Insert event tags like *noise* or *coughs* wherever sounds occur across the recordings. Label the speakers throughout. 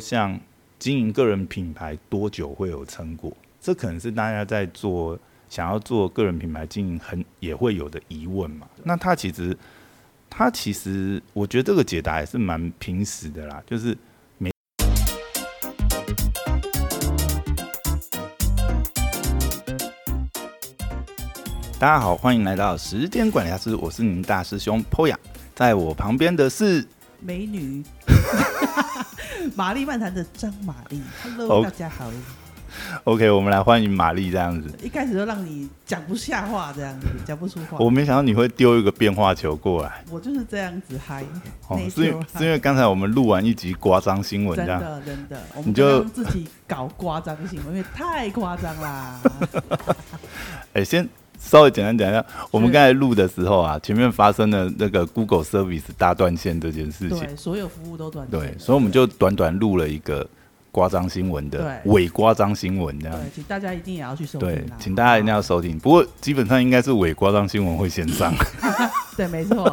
Speaker 1: 像经营个人品牌多久会有成果，这可能是大家在做想要做个人品牌经营很也会有的疑问嘛。那它其实它其实我觉得这个解答也是蛮平实的啦，就是每。大家好，欢迎来到时间管理大师，我是您大师兄 Poya，在我旁边的是
Speaker 2: 美
Speaker 1: *laughs*
Speaker 2: 女，玛丽漫谈的张玛丽
Speaker 1: 好
Speaker 2: ，Hello，大家好。
Speaker 1: OK，我们来欢迎玛丽这样子。
Speaker 2: 一开始就让你讲不下话，这样子讲不出话，
Speaker 1: 我
Speaker 2: 我
Speaker 1: 没想到你会丢一个变化球过来，
Speaker 2: 就是这样子嗨，
Speaker 1: 哦，
Speaker 2: 内
Speaker 1: 是因
Speaker 2: 疚
Speaker 1: 为
Speaker 2: 嗨
Speaker 1: 是因为刚才我们录完一集刮张新闻
Speaker 2: 真
Speaker 1: 这样，
Speaker 2: 的真的，我
Speaker 1: 你
Speaker 2: 们
Speaker 1: 就
Speaker 2: 就自己搞夸张新闻，因为太夸
Speaker 1: *laughs*
Speaker 2: 张啦。
Speaker 1: 哎，先稍微简单讲一下，我们
Speaker 2: 是
Speaker 1: 刚才录的时候啊，前面发生了那个 Google Service 大断线这件事情，
Speaker 2: 对，所有服务都短缺了。
Speaker 1: 对，所以我们就短短录了一个刮张新闻的
Speaker 2: 对
Speaker 1: 伪刮张新闻这样。
Speaker 2: 对，请大家一定也要去收
Speaker 1: 对
Speaker 2: 听啦，。
Speaker 1: 请大家一定要收听。不过基本上应该是伪刮张新闻会先上。
Speaker 2: 对，没错。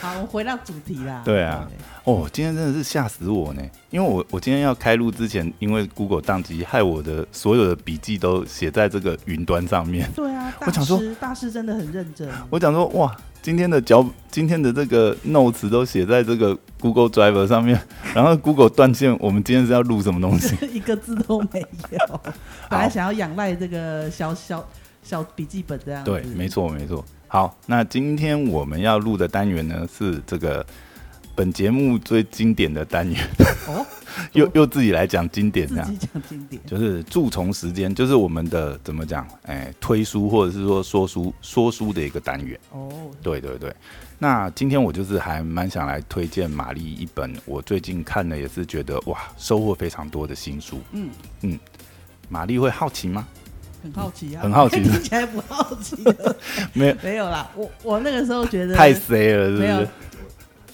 Speaker 2: 好，我们回到主题啦。
Speaker 1: 对啊哦，今天真的是吓死我呢！因为我我今天要开录之前，因为 Google 宕机，害我的所有的笔记都写在这个云端上面。 *laughs*
Speaker 2: 对，对啊。
Speaker 1: 我
Speaker 2: 大
Speaker 1: 想说
Speaker 2: 师，大师真的很认真。
Speaker 1: 我想说，哇，今天的脚，今天的这个 notes 都写在这个 Google Drive 上面， *laughs* 然后 Google 断线，我们今天是要录什么东
Speaker 2: *laughs*
Speaker 1: 西？
Speaker 2: 一个字都没
Speaker 1: *laughs*
Speaker 2: 有。本来想要仰赖这个小小小笔记本这样子。
Speaker 1: 对，没。错，没错。好，那今天我们要录的单元呢，是这个本节目最经典的单元， *laughs*
Speaker 2: 哦，
Speaker 1: 又又自己来讲经典这
Speaker 2: 自
Speaker 1: 样。
Speaker 2: 己讲经典。
Speaker 1: 就是蛀虫时间，就是我们的怎么讲？哎、推书或者是说说书说书的一个单元。
Speaker 2: 哦，
Speaker 1: 对对对。那今天我就是还蛮想来推荐玛丽一本我最近看了，也是觉得哇收获非常多的新书。
Speaker 2: 嗯，
Speaker 1: 玛丽会好奇吗？
Speaker 2: 很好奇啊，
Speaker 1: 很好奇
Speaker 2: *laughs* 听起来不好奇的。
Speaker 1: 没有，
Speaker 2: 没
Speaker 1: *laughs*
Speaker 2: 有啦，我我那个时候觉得
Speaker 1: 太 C 了，是不
Speaker 2: 没有
Speaker 1: 是？。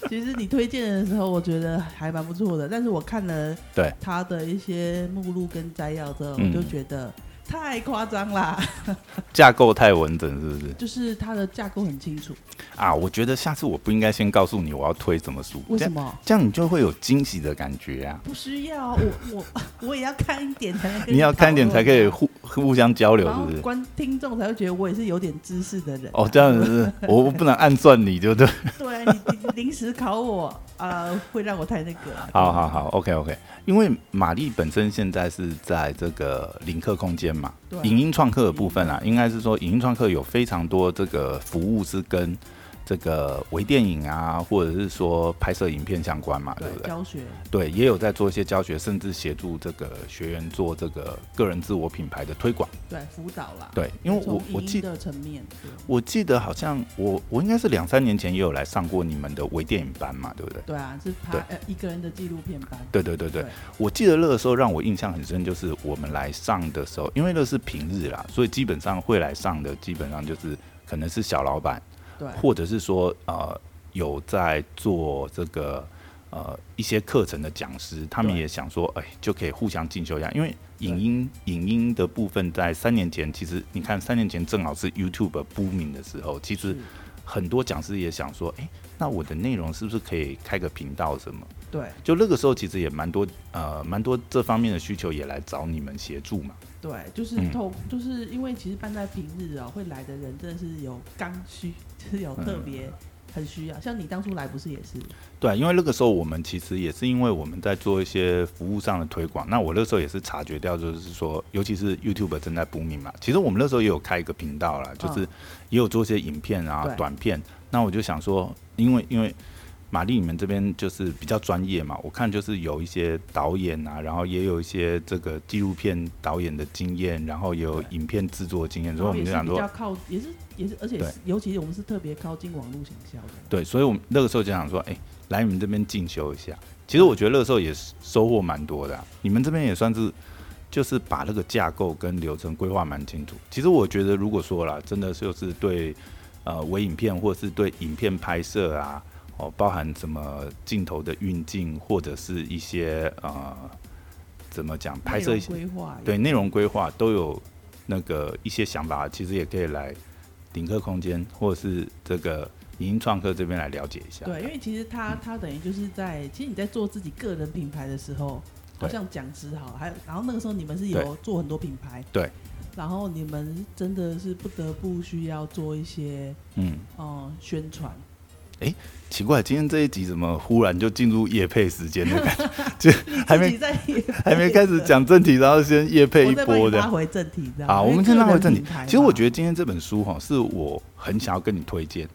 Speaker 2: 其实你推荐的时候，我觉得还蛮不错的，但是我看了
Speaker 1: 对
Speaker 2: 他的一些目录跟摘要之后，
Speaker 1: 嗯
Speaker 2: 我就觉得太夸张啦， *laughs*
Speaker 1: 架构太完整，是不是？
Speaker 2: 就是它的架构很清楚。
Speaker 1: 啊，我觉得下次我不应该先告诉你我要推什么书，
Speaker 2: 为
Speaker 1: 这
Speaker 2: 什
Speaker 1: 样
Speaker 2: 么？
Speaker 1: 这样你就会有惊喜的感觉啊！
Speaker 2: 不需要，我我我也要看一点才能跟
Speaker 1: 你要看点才可以
Speaker 2: 讨
Speaker 1: 互互相交流，
Speaker 2: 论，然
Speaker 1: 哦是
Speaker 2: 后
Speaker 1: 不是？
Speaker 2: 观听众才会觉得我也是有点知识的人、
Speaker 1: 哦，这样子是不是我我不能暗算你，对不对？
Speaker 2: 对啊，你你临时考我啊、呃会让我太那个、啊。
Speaker 1: 好好好，OK OK，因为玛丽本身现在是在这个领克空间嘛，
Speaker 2: 对啊
Speaker 1: 影音创客的部分啊，应该是说影音创客有非常多这个服务是跟这个微电影啊，或者是说拍摄影片相关嘛，对
Speaker 2: 对
Speaker 1: 不对？
Speaker 2: 教学，
Speaker 1: 对，也有在做一些教学，甚至协助这个学员做这个个人自我品牌的推广。
Speaker 2: 对辅导啦。，
Speaker 1: 对，因为我
Speaker 2: 从
Speaker 1: 我
Speaker 2: 影
Speaker 1: 记
Speaker 2: 音的层面，对
Speaker 1: 我记得好像我我应该是两三年前也有来上过你们的微电影班嘛，对不对？
Speaker 2: 对啊，是他
Speaker 1: 对
Speaker 2: 呃一个人的纪录片班。
Speaker 1: 对对对对
Speaker 2: 对，
Speaker 1: 我记得那个时候让我印象很深，就是我们来上的时候，因为那是平日啦，所以基本上会来上的，基本上就是可能是小老板，
Speaker 2: 对
Speaker 1: 或者是说呃有在做这个呃一些课程的讲师，他们
Speaker 2: 对
Speaker 1: 也想说，哎，就可以互相进修一下，因为影音影音的部分在三年前，其实你看三年前正好是 YouTube booming 的时候，其实
Speaker 2: 是
Speaker 1: 很多讲师也想说，哎，那我的内容是不是可以开个频道什么？
Speaker 2: 对
Speaker 1: 就那个时候其实也蛮多呃蛮多这方面的需求也来找你们协助嘛。
Speaker 2: 对，就是
Speaker 1: 嗯
Speaker 2: 透，就是因为其实办在平日哦，会来的人真的是有刚需， *laughs* 就是有特别很需
Speaker 1: 嗯
Speaker 2: 要。像你当初来不是也是？
Speaker 1: 对，啊因为那个时候我们其实也是因为我们在做一些服务上的推广，那我那时候也是察觉到，就是说，尤其是 YouTube 正在 booming 嘛，其实我们那时候也有开一个频道啦，就是也有做一些影片啊、
Speaker 2: 嗯对
Speaker 1: 短片。那我就想说，因为因为玛丽你们这边就是比较专业嘛，我看就是有一些导演啊，然后也有一些这个纪录片导演的经验，然后也有
Speaker 2: 对
Speaker 1: 影片制作经验，所以我
Speaker 2: 然后
Speaker 1: 们
Speaker 2: 也
Speaker 1: 就是想
Speaker 2: 比
Speaker 1: 说
Speaker 2: 较，靠，也是也是，而且
Speaker 1: 对
Speaker 2: 是尤其我们是特别靠近网络行销的。
Speaker 1: 对，所以我们那个时候就想说，哎、来你们这边进修一下。其实我觉得那个时候也是收获蛮多的啊、你们这边也算是就是把那个架构跟流程规划蛮清楚。其实我觉得，如果说啦，真的就是对呃微影片或是对影片拍摄啊，哦，包含什么镜头的运镜或者是一些呃怎么讲拍摄
Speaker 2: 内
Speaker 1: 一
Speaker 2: 容
Speaker 1: 些
Speaker 2: 规划也
Speaker 1: 对内容规划都有那个一些想法，其实也可以来顶客空间或者是这个影音创客这边来了解一下。嗯
Speaker 2: 对，因为其实他他等于就是在，其实你在做自己个人品牌的时候，好
Speaker 1: 对
Speaker 2: 像讲师好，还有然后那个时候你们是有
Speaker 1: 对
Speaker 2: 做很多品牌，
Speaker 1: 对，
Speaker 2: 然后你们真的是不得不需要做一些
Speaker 1: 嗯，
Speaker 2: 嗯宣传，
Speaker 1: 奇怪，今天这一集怎么忽然就进入夜配时间的
Speaker 2: *laughs*
Speaker 1: 感觉？就还
Speaker 2: 自
Speaker 1: 没
Speaker 2: 己在 *laughs*
Speaker 1: 还没开始讲正题，然后先夜配一
Speaker 2: 我再帮你
Speaker 1: 波
Speaker 2: 拉
Speaker 1: 的。
Speaker 2: 回正题，你知道吗
Speaker 1: 好，我们先拉回正题。其实我觉
Speaker 2: 得
Speaker 1: 得今天这本书哈，是我很想要跟你推荐，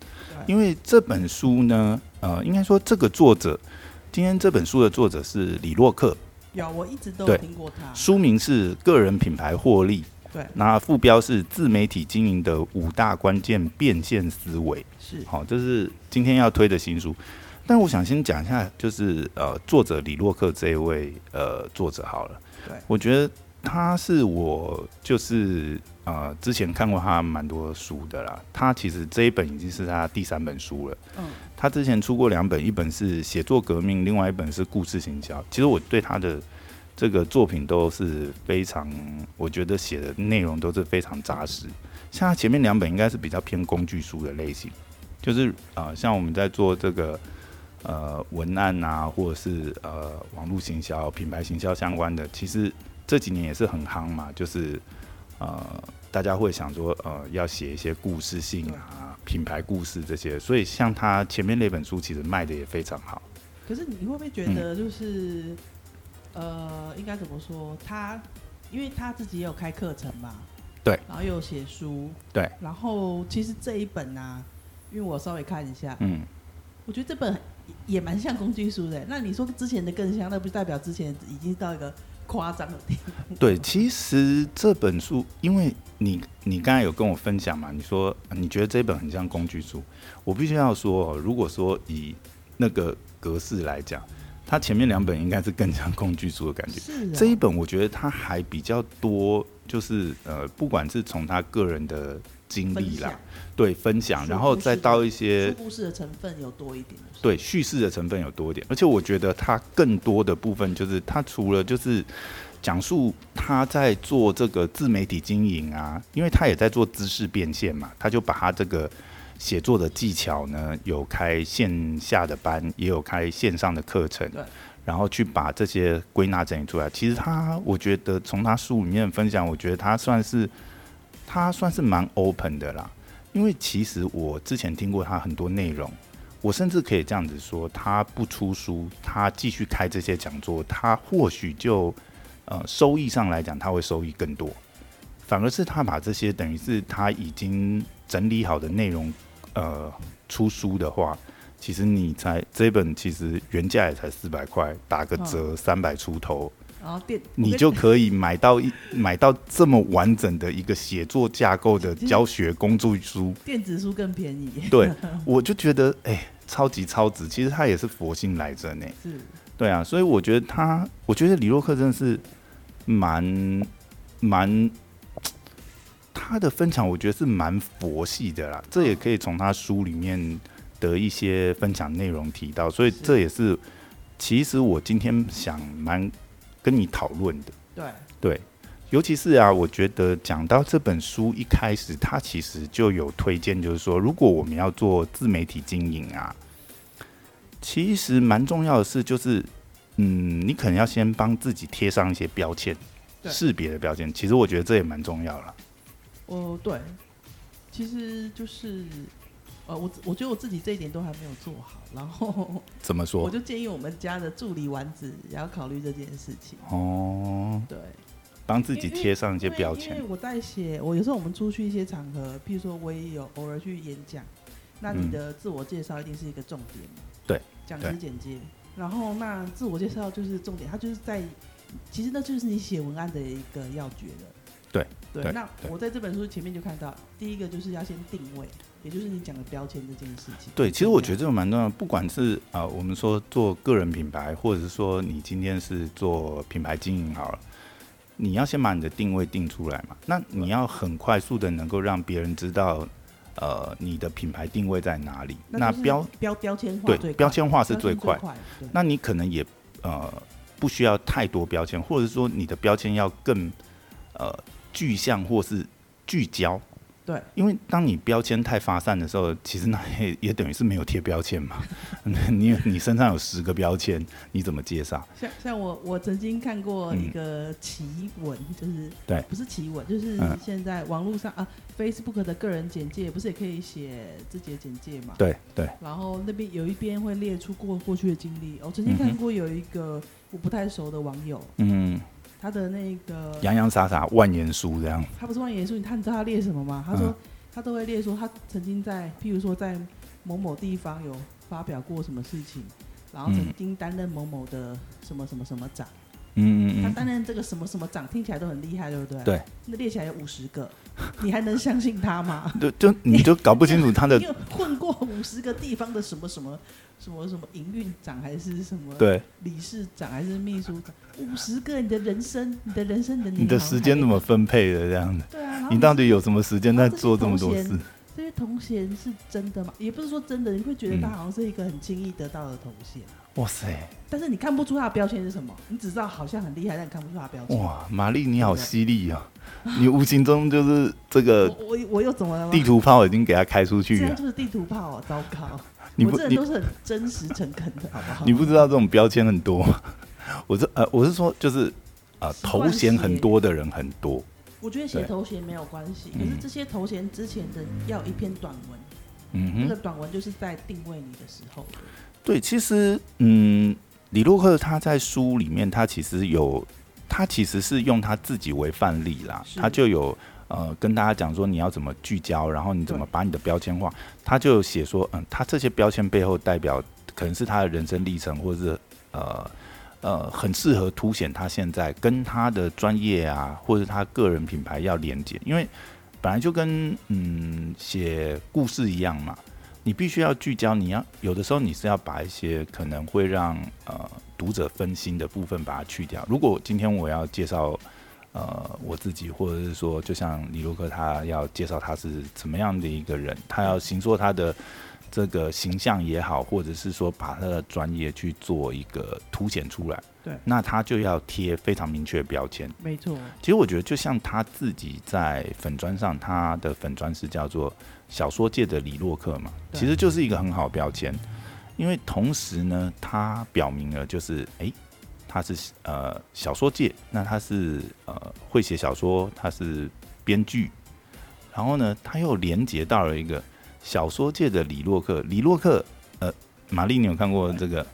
Speaker 2: 对
Speaker 1: 因为这本书呢，呃，应该说这个作者，今天这本书的作者是李洛克，
Speaker 2: 有，我一直都
Speaker 1: 对
Speaker 2: 有听过他，
Speaker 1: 书名是《个人品牌获利》，
Speaker 2: 对，
Speaker 1: 那副标是“自媒体经营的五大关键变现思维”。
Speaker 2: 是
Speaker 1: 好，这是今天要推的新书。但我想先讲一下，就是呃，作者李洛克这一位呃作者好了。
Speaker 2: 对
Speaker 1: 我觉得他是我就是呃之前看过他蛮多书的啦。他其实这一本已经是他第三本书了。
Speaker 2: 嗯，
Speaker 1: 他之前出过两本，一本是《写作革命》，另外一本是《故事行销》。其实我对他的这个作品都是非常，我觉得写的内容都是非常扎实。像他前面两本应该是比较偏工具书的类型，就是啊、呃像我们在做这个呃文案啊，或者是呃网络行销、品牌行销相关的，其实这几年也是很夯嘛，就是呃大家会想说呃要写一些故事性啊、品牌故事这些，所以像他前面那本书其实卖的也非常好。
Speaker 2: 可是你会不会觉得
Speaker 1: 嗯
Speaker 2: 就是、呃，应该怎么说？他因为他自己也有开课程嘛，
Speaker 1: 对，
Speaker 2: 然后又有写书，
Speaker 1: 对，
Speaker 2: 然后其实这一本啊，因为我稍微看一下，
Speaker 1: 嗯，
Speaker 2: 我觉得这本也也蛮像工具书的。欸那你说之前的更像，那不代表之前已经到一个夸张的地步？
Speaker 1: 对，其实这本书，因为你你刚才有跟我分享嘛，你说你觉得这本很像工具书，我必须要说哦，如果说以那个格式来讲，它前面两本应该是更像工具书的感觉。
Speaker 2: 是、啊、
Speaker 1: 这一本我觉得它还比较多，就是呃，不管是从他个人的经
Speaker 2: 分
Speaker 1: 历啦
Speaker 2: 享，
Speaker 1: 对分享，
Speaker 2: 书
Speaker 1: 然后
Speaker 2: 故
Speaker 1: 再
Speaker 2: 事
Speaker 1: 到一
Speaker 2: 书
Speaker 1: 些
Speaker 2: 故事的成分有多一点，就是
Speaker 1: 对叙事的成分有多一点，而且我觉得它更多的部分就是它除了就是讲述他在做这个自媒体经营啊，因为他也在做知识变现嘛，他就把他这个写作的技巧呢，有开线下的班，也有开线上的课程
Speaker 2: 对，
Speaker 1: 然后去把这些归纳整理出来。其实他，我觉得从他书里面分享，我觉得他算是他算是蛮 open 的啦，因为其实我之前听过他很多内容。我甚至可以这样子说，他不出书，他继续开这些讲座，他或许就呃收益上来讲，他会收益更多。反而是他把这些等于是他已经整理好的内容，呃，出书的话，其实你才这本其实原价也才四百块，打个折三百出头，
Speaker 2: 然后电
Speaker 1: 你就可以买到一买到这么完整的一个写作架构的教学工具书。
Speaker 2: 电子书更便宜，
Speaker 1: *laughs* 对，我就觉得哎、超级超值。其实它也是佛性来着呢。
Speaker 2: 是
Speaker 1: 对啊，所以我觉得他，我觉得李洛克真的是蛮蛮他的分享，我觉得是蛮佛系的啦。这也可以从他书里面的一些分享内容提到，所以
Speaker 2: 是
Speaker 1: 这也是其实我今天想蛮跟你讨论的。
Speaker 2: 对，
Speaker 1: 对，尤其是啊，我觉得讲到这本书一开始，它其实就有推荐，就是说，如果我们要做自媒体经营啊，其实蛮重要的是，就是嗯，你可能要先帮自己贴上一些标签，
Speaker 2: 对
Speaker 1: 识别的标签。其实我觉得这也蛮重要了。
Speaker 2: 哦，对，其实就是，呃，我自我觉得我自己这一点都还没有做好，然后 *laughs*
Speaker 1: 怎么
Speaker 2: 我
Speaker 1: 说？
Speaker 2: 就建议我们家的助理丸子也要考虑这件事情。
Speaker 1: 哦，
Speaker 2: 对，
Speaker 1: 帮自己
Speaker 2: 因为
Speaker 1: 贴上一些
Speaker 2: 因为
Speaker 1: 标
Speaker 2: 因
Speaker 1: 签
Speaker 2: 为。我在写，我有时候我们出去一些场合，譬如说我也有偶尔去演讲，那你
Speaker 1: 嗯
Speaker 2: 的自我介绍一定是一个重点嘛？
Speaker 1: 对，
Speaker 2: 讲
Speaker 1: 对
Speaker 2: 师简介，然后那自我介绍就是重点，它就是在，其实那就是你写文案的一个要诀了。
Speaker 1: 对
Speaker 2: 对，
Speaker 1: 对
Speaker 2: 那
Speaker 1: 对
Speaker 2: 我在这本书前面就看到，第一个就是要先定位，也就是你讲的标签这件事情。
Speaker 1: 对，其实我觉得
Speaker 2: 得
Speaker 1: 这个蛮重要的，不管是啊、呃我们说做个人品牌，或者是说你今天是做品牌经营好了，你要先把你的定位定出来嘛。那你要很快速的能够让别人知道，呃，你的品牌定位在哪里。那
Speaker 2: 就是
Speaker 1: 标
Speaker 2: 标标签化
Speaker 1: 对
Speaker 2: 最快
Speaker 1: 标签化
Speaker 2: 标
Speaker 1: 是
Speaker 2: 签
Speaker 1: 最快，
Speaker 2: 快。对
Speaker 1: 那你可能也呃不需要太多标签，或者说你的标签要更呃具象或是聚焦。
Speaker 2: 对，
Speaker 1: 因为当你标签太发散的时候，其实那也也等于是没有贴标签嘛。 *laughs* 你有你身上有十个标签，你怎么介绍？
Speaker 2: 像像我我曾经看过一个奇闻，就是
Speaker 1: 嗯对
Speaker 2: 不是奇闻，就是
Speaker 1: 嗯
Speaker 2: 现在网络上啊，Facebook 的个人简介不是也可以写自己的简介嘛？
Speaker 1: 对对，
Speaker 2: 然后那边有一边会列出过过去的经历。我曾经
Speaker 1: 嗯
Speaker 2: 看
Speaker 1: 哼
Speaker 2: 过有一个我不太熟的网友，
Speaker 1: 嗯，
Speaker 2: 他的那个
Speaker 1: 洋洋洒洒万言书这样，
Speaker 2: 他不是万言书，你看你知道他列什么吗？他说、
Speaker 1: 嗯
Speaker 2: 他都会列说他曾经在，譬如说在某某地方有发表过什么事情，然后曾经担任某某的什么什么什么长，
Speaker 1: 嗯
Speaker 2: 他
Speaker 1: 嗯
Speaker 2: 担
Speaker 1: 嗯，
Speaker 2: 任这个什么什么长，听起来都很厉害，对不对？
Speaker 1: 对。
Speaker 2: 那列起来有五十个，你还能相信
Speaker 1: *laughs*
Speaker 2: 他吗？
Speaker 1: 就就你就搞不清楚他的
Speaker 2: *laughs* 你有混过五十个地方的什么什么什么什么营运长还是什么
Speaker 1: 对
Speaker 2: 理事长还是秘书长，五十个你的人生，你的人生的
Speaker 1: 你的时间怎
Speaker 2: 么？
Speaker 1: 么分配的这样子，
Speaker 2: 对啊，然后
Speaker 1: 你到底有什么时间在
Speaker 2: 然后这些
Speaker 1: 做这么多
Speaker 2: 头衔
Speaker 1: 事？
Speaker 2: 这些头衔是真的吗？也不是说真的，你会觉得他
Speaker 1: 嗯
Speaker 2: 好像是一个很轻易得到的头衔，
Speaker 1: 哇塞，
Speaker 2: 但是你看不出他的标签是什么，你只知道好像很厉害，但你看不出他的标签。
Speaker 1: 哇，玛丽你好犀利啊！你无形中就是这个
Speaker 2: 我我我又怎么了吗？
Speaker 1: 地图炮已经给他开出去
Speaker 2: 这样
Speaker 1: 了，
Speaker 2: 就是地图炮、哦，糟糕！
Speaker 1: 啊 *laughs* 你
Speaker 2: 我
Speaker 1: 不
Speaker 2: 这人
Speaker 1: 你
Speaker 2: 都是很真实诚恳的，好不好？
Speaker 1: 你不知道这种标签很多 *laughs* 吗？我是呃，我是说就是呃，
Speaker 2: 习惯
Speaker 1: 头衔很多的人很多，
Speaker 2: 我觉得写头衔没有关系，可是
Speaker 1: 嗯
Speaker 2: 这些头衔之前的要一篇短文，
Speaker 1: 嗯
Speaker 2: 那
Speaker 1: 哼
Speaker 2: 个，短文就是在定位你的时候的。
Speaker 1: 对，其实嗯，李洛克他在书里面，他其实有，他其实是用他自己为范例啦，
Speaker 2: 是
Speaker 1: 他就有。呃，跟大家讲说你要怎么聚焦，然后你怎么
Speaker 2: 对
Speaker 1: 把你的标签化，他就有写说，嗯，他这些标签背后代表可能是他的人生历程，或者是呃呃，很适合凸显他现在跟他的专业啊，或者他个人品牌要连接，因为本来就跟嗯写故事一样嘛，你必须要聚焦，你要有的时候你是要把一些可能会让呃读者分心的部分把它去掉。如果今天我要介绍呃我自己，或者是说，就像李洛克他要介绍他是怎么样的一个人，他要形塑他的这个形象也好，或者是说把他的专业去做一个凸显出来，
Speaker 2: 对
Speaker 1: 那他就要贴非常明确的标签。
Speaker 2: 没错，
Speaker 1: 其实我觉得，就像他自己在粉砖上，他的粉砖是叫做小说界的李洛克嘛，
Speaker 2: 对
Speaker 1: 其实就是一个很好的标签，因为同时呢，他表明了就是，诶，他是呃小说界，那他是呃会写小说，他是编剧，然后呢，他又连接到了一个小说界的李洛克，李洛克，呃，玛丽，你有看过这个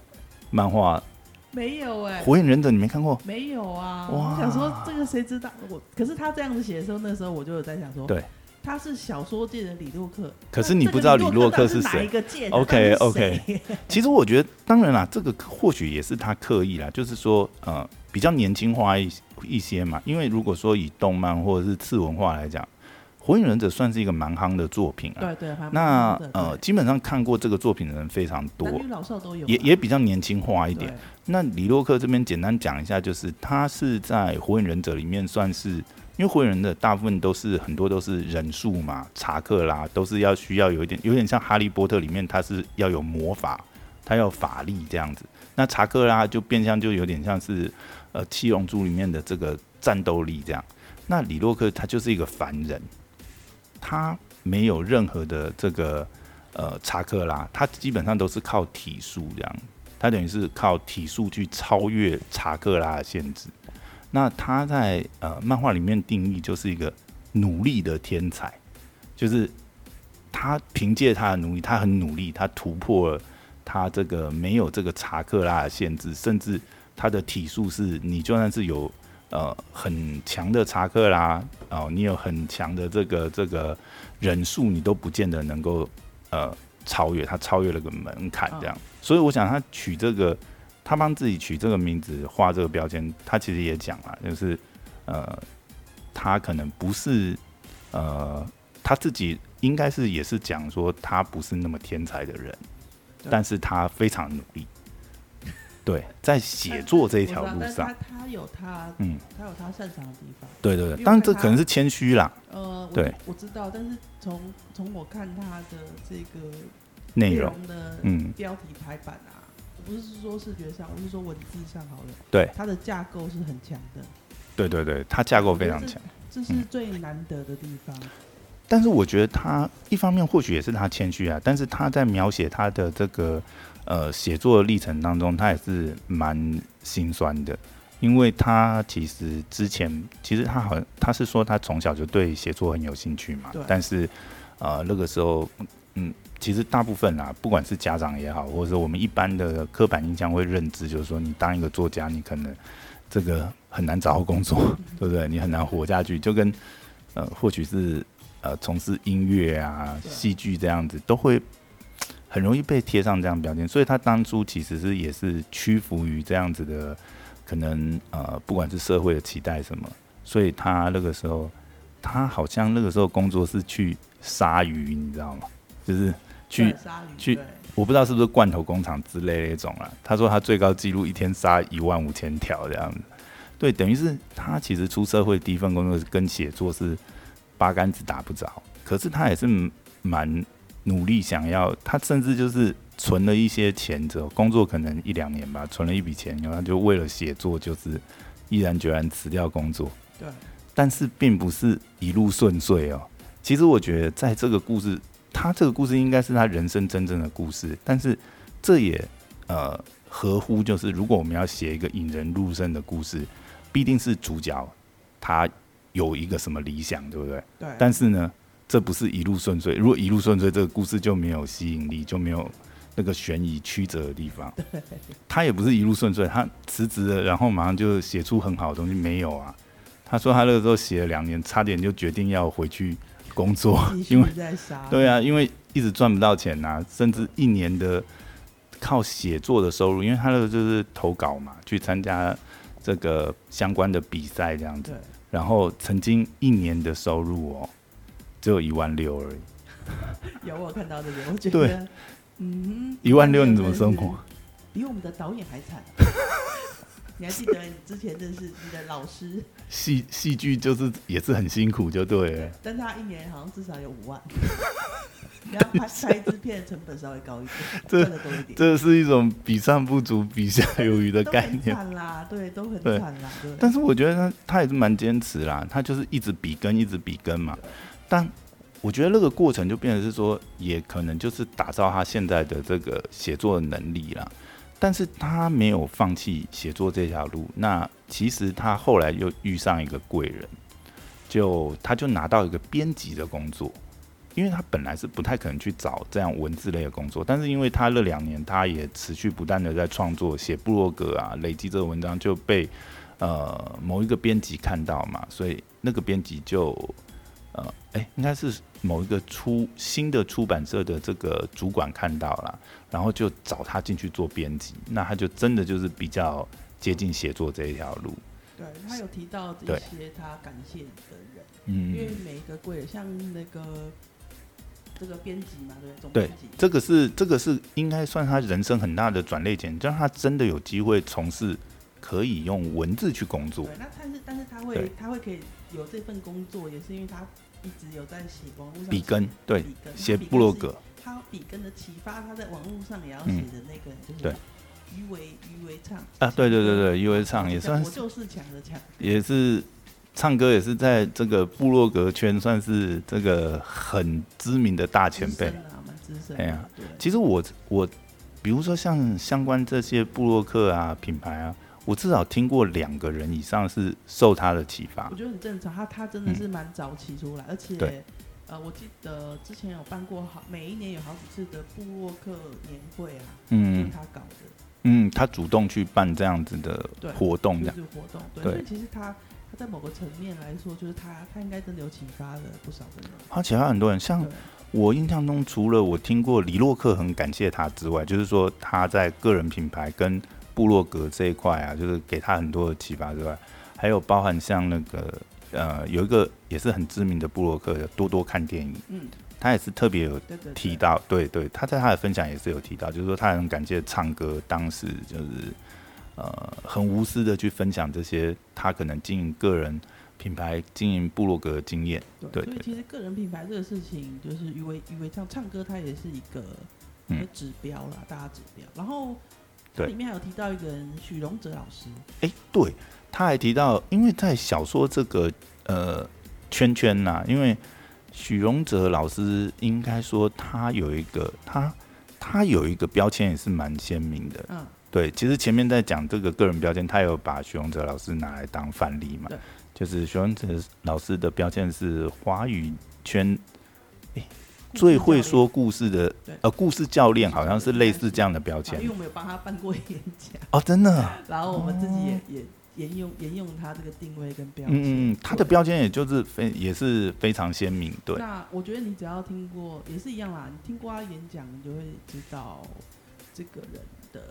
Speaker 1: 漫画
Speaker 2: 没有哎、
Speaker 1: 《火影忍者》？你没看过？
Speaker 2: 没有啊，
Speaker 1: 哇
Speaker 2: 我想说这个谁知道我？可是他这样子写的时候，那时候我就有在想说，
Speaker 1: 对，
Speaker 2: 他是小说界的李洛克，
Speaker 1: 可是你不知道
Speaker 2: 那这个
Speaker 1: 李洛克
Speaker 2: 到底
Speaker 1: 是
Speaker 2: 是哪
Speaker 1: 谁
Speaker 2: 一个界的
Speaker 1: OK，
Speaker 2: 到底是谁
Speaker 1: 其实我觉得，当然啦，这个或许也是他刻意啦，就是说，呃，比较年轻化一一些嘛。因为如果说以动漫或者是次文化来讲，《火影忍者》算是一个蛮夯的作品啊。
Speaker 2: 对对，还蛮
Speaker 1: 那
Speaker 2: 好的
Speaker 1: 呃，
Speaker 2: 对
Speaker 1: 基本上看过这个作品的人非常多
Speaker 2: 男，女老少都有啊，
Speaker 1: 也也比较年轻化一点。
Speaker 2: 对，
Speaker 1: 那李洛克这边简单讲一下，就是他是在《火影忍者》里面算是，因为《火影忍者》大部分都是很多都是忍术嘛，查克啦，都是要需要有一点，有点像《哈利波特》里面他是要有魔法，他要有法力这样子。那查克拉就变相就有点像是呃《七龙珠》里面的这个战斗力这样。那李洛克他就是一个凡人，他没有任何的这个呃查克拉，他基本上都是靠体术这样，他等于是靠体术去超越查克拉的限制。那他在呃漫画里面定义就是一个努力的天才，就是他凭借他的努力，他很努力，他突破了他这个没有这个查克拉的限制，甚至他的体术是你就算是有呃很强的查克拉哦、你有很强的这个这个人数，你都不见得能够呃超越他，超越了个门槛这样。所以我想他取这个，他帮自己取这个名字，画这个标签，他其实也讲了，就是呃，他可能不是呃他自己应该是也是讲说他不是那么天才的人，
Speaker 2: 对
Speaker 1: 但是他非常努
Speaker 2: *laughs*
Speaker 1: 力。对，在写作这一条
Speaker 2: 我
Speaker 1: 路
Speaker 2: 知道
Speaker 1: 上
Speaker 2: 但，他他有他
Speaker 1: 嗯，
Speaker 2: 他有他擅长的地方。
Speaker 1: 对对
Speaker 2: 因
Speaker 1: 对，
Speaker 2: 为
Speaker 1: 当然这
Speaker 2: 他
Speaker 1: 可能是谦虚啦，
Speaker 2: 呃，我
Speaker 1: 对
Speaker 2: 我知道，但是从从我看他的这个
Speaker 1: 内
Speaker 2: 内
Speaker 1: 容，
Speaker 2: 容的
Speaker 1: 嗯，
Speaker 2: 标题排版啊，我不是说视觉上，我是说文字上好了，
Speaker 1: 对
Speaker 2: 它的架构是很强的，
Speaker 1: 对对对，它架构非常强。
Speaker 2: 这是最难得的地方。
Speaker 1: 但是我觉得他一方面或许也是他谦虚啊，但是他在描写他的这个呃写作的历程当中，他也是蛮心酸的，因为他其实之前其实他好像他是说他从小就对写作很有兴趣嘛
Speaker 2: 对，
Speaker 1: 但是呃那个时候嗯，其实大部分啦，不管是家长也好，或者是我们一般的刻板印象会认知，就是说你当一个作家，你可能这个很难找到工作， *laughs* 对不对？你很难活下去，就跟呃，或许是呃从事音乐啊、
Speaker 2: 对
Speaker 1: 戏剧这样子，都会很容易被贴上这样标签。所以他当初其实是也是屈服于这样子的，可能呃，不管是社会的期待什么，所以他那个时候，他好像那个时候工作是去杀鱼，你知道吗？就是去
Speaker 2: 对鲨鱼
Speaker 1: 去
Speaker 2: 对
Speaker 1: 我不知道是不是罐头工厂之类的那种啦。啊他说他最高纪录一天杀一万五千条这样子，对，等于是他其实出社会第一份工作是跟写作是八竿子打不着，可是他也是蛮蛮努力想要，他甚至就是存了一些钱之后，工作可能一两年吧，存了一笔钱，然后他就为了写作就是毅然决然辞掉工作，
Speaker 2: 对，
Speaker 1: 但是并不是一路顺遂哦。其实我觉得，在这个故事，他这个故事应该是他人生真正的故事，但是这也呃合乎就是，如果我们要写一个引人入胜的故事，必定是主角他有一个什么理想，对不对？
Speaker 2: 对，
Speaker 1: 但是呢，这不是一路顺遂。如果一路顺遂，这个故事就没有吸引力，就没有那个悬疑曲折的地方。他也不是一路顺遂，他辞职了，然后马上就写出很好的东西，没有啊。他说他那个时候写了两年，差点就决定要回去工作，*laughs*
Speaker 2: 继
Speaker 1: 因为
Speaker 2: 续在杀，
Speaker 1: 对啊，因为一直赚不到钱呐、甚至一年的靠写作的收入，因为他的就是投稿嘛，去参加这个相关的比赛这样子
Speaker 2: 对。
Speaker 1: 然后曾经一年的收入哦，只有一万六而已，
Speaker 2: 有我有看到这个，我觉
Speaker 1: 对
Speaker 2: 得，嗯，
Speaker 1: 一万六你怎么生活？？
Speaker 2: 比我们的导演还
Speaker 1: *laughs*
Speaker 2: 惨。你还记得你之前认识你的老师，
Speaker 1: 戏戏剧就是也是很辛苦，就对了。
Speaker 2: 但他一年好像至少有五万。你要拍拍一支片的成本稍微高一点，
Speaker 1: *laughs* 这
Speaker 2: 赚的多一点，
Speaker 1: 这是一种比上不足、比下有余的
Speaker 2: 都
Speaker 1: 概
Speaker 2: 很
Speaker 1: 念。
Speaker 2: 惨啦，对，都很
Speaker 1: 对
Speaker 2: 惨啦，对。
Speaker 1: 但是我觉得他他也是蛮坚持啦，他就是一直比跟，一直比跟嘛。但我觉得那个过程就变成是说，也可能就是打造他现在的这个写作能力啦。但是他没有放弃写作这条路。那其实他后来又遇上一个贵人，就他就拿到一个编辑的工作，因为他本来是不太可能去找这样文字类的工作，但是因为他那两年他也持续不断的在创作，写部落格啊，累积这个文章就被呃某一个编辑看到嘛，所以那个编辑就呃哎、应该是某一个出新的出版社的这个主管看到了，然后就找他进去做编辑，那他就真的就是比较接近写作这一条路，
Speaker 2: 对他有提到一
Speaker 1: 对
Speaker 2: 些他感谢的人，因为
Speaker 1: 嗯，
Speaker 2: 每一个贵人，像那个这个编辑嘛，对不对，总
Speaker 1: 对
Speaker 2: 编辑，
Speaker 1: 这个是这个是应该算他人生很大的转捩点，让他真的有机会从事可以用文字去工作
Speaker 2: 对，，那但是但是他会
Speaker 1: 对
Speaker 2: 他会可以有这份工作，也是因为他一直有在写网络上
Speaker 1: 笔耕对，
Speaker 2: 笔耕
Speaker 1: 写
Speaker 2: 他笔
Speaker 1: 部落
Speaker 2: 耕是
Speaker 1: 格，
Speaker 2: 他笔耕的启发，他在网络上也要写的那个、就是
Speaker 1: 对
Speaker 2: 余为余为唱
Speaker 1: 啊，对对对对，因为唱也算
Speaker 2: 我
Speaker 1: 是。
Speaker 2: 就是强的强，
Speaker 1: 也是唱歌也是在这个部落格圈算是这个很知名的大前辈
Speaker 2: 资。深啊，蛮资深
Speaker 1: 哎
Speaker 2: 的、
Speaker 1: 呀
Speaker 2: 对，
Speaker 1: 其实我我比如说像相关这些部落客啊品牌啊，我至少听过两个人以上是受他的启发
Speaker 2: 我。觉得很正常，他他真的是蛮早期出来，而且
Speaker 1: 嗯对
Speaker 2: 呃，我记得之前有办过好每一年有好几次的部落客年会啊，就是
Speaker 1: 嗯
Speaker 2: 他搞的，
Speaker 1: 嗯，他主动去办这样子的
Speaker 2: 对
Speaker 1: 活动，这
Speaker 2: 就
Speaker 1: 样
Speaker 2: 是活动，对，
Speaker 1: 嗯对
Speaker 2: 所以其实他他在某个层面来说，就是他他应该真的有启发了不少的人，
Speaker 1: 而且还有很多人像
Speaker 2: 对。
Speaker 1: 我印象中，除了我听过李洛克很感谢他之外，就是说他在个人品牌跟部落格这一块啊，就是给他很多的启发之外，还有包含像那个呃，有一个也是很知名的部落客叫多多看电影，
Speaker 2: 嗯，
Speaker 1: 他也是特别有
Speaker 2: 对对对
Speaker 1: 提到，对对，他在他的分享也是有提到，就是说他很感谢唱歌当时就是呃很无私的去分享这些他可能经营个人品牌、经营部落格的经验，
Speaker 2: 对，
Speaker 1: 对
Speaker 2: 所以
Speaker 1: 对
Speaker 2: 其实个人品牌这个事情，就是余为余为唱唱歌，它也是一个一
Speaker 1: 嗯
Speaker 2: 个指标啦，大家指标。然后它
Speaker 1: 对
Speaker 2: 里面还有提到一个人，许荣哲老师，
Speaker 1: 哎、对，他还提到，因为在小说这个呃圈圈呐、因为许荣哲老师应该说他有一个他他有一个标签也是蛮鲜明的。
Speaker 2: 嗯，
Speaker 1: 对，其实前面在讲这个个人标签，他有把许荣哲老师拿来当范例嘛
Speaker 2: 对？
Speaker 1: 就是许荣哲老师的标签是华语圈最会说故事的
Speaker 2: 对，
Speaker 1: 呃，故事教练好像是类似这样的标
Speaker 2: 啊，因
Speaker 1: 签
Speaker 2: 为我们有帮他办过演讲，
Speaker 1: 哦，真的。
Speaker 2: 然后我们自己也、也沿用沿用他这个定位跟标签。
Speaker 1: 嗯嗯，嗯，他的
Speaker 2: 对
Speaker 1: 标签也就是非也是非常鲜明，对，
Speaker 2: 那我觉得你只要听过，也是一样啦。你听过他演讲，你就会知道这个人的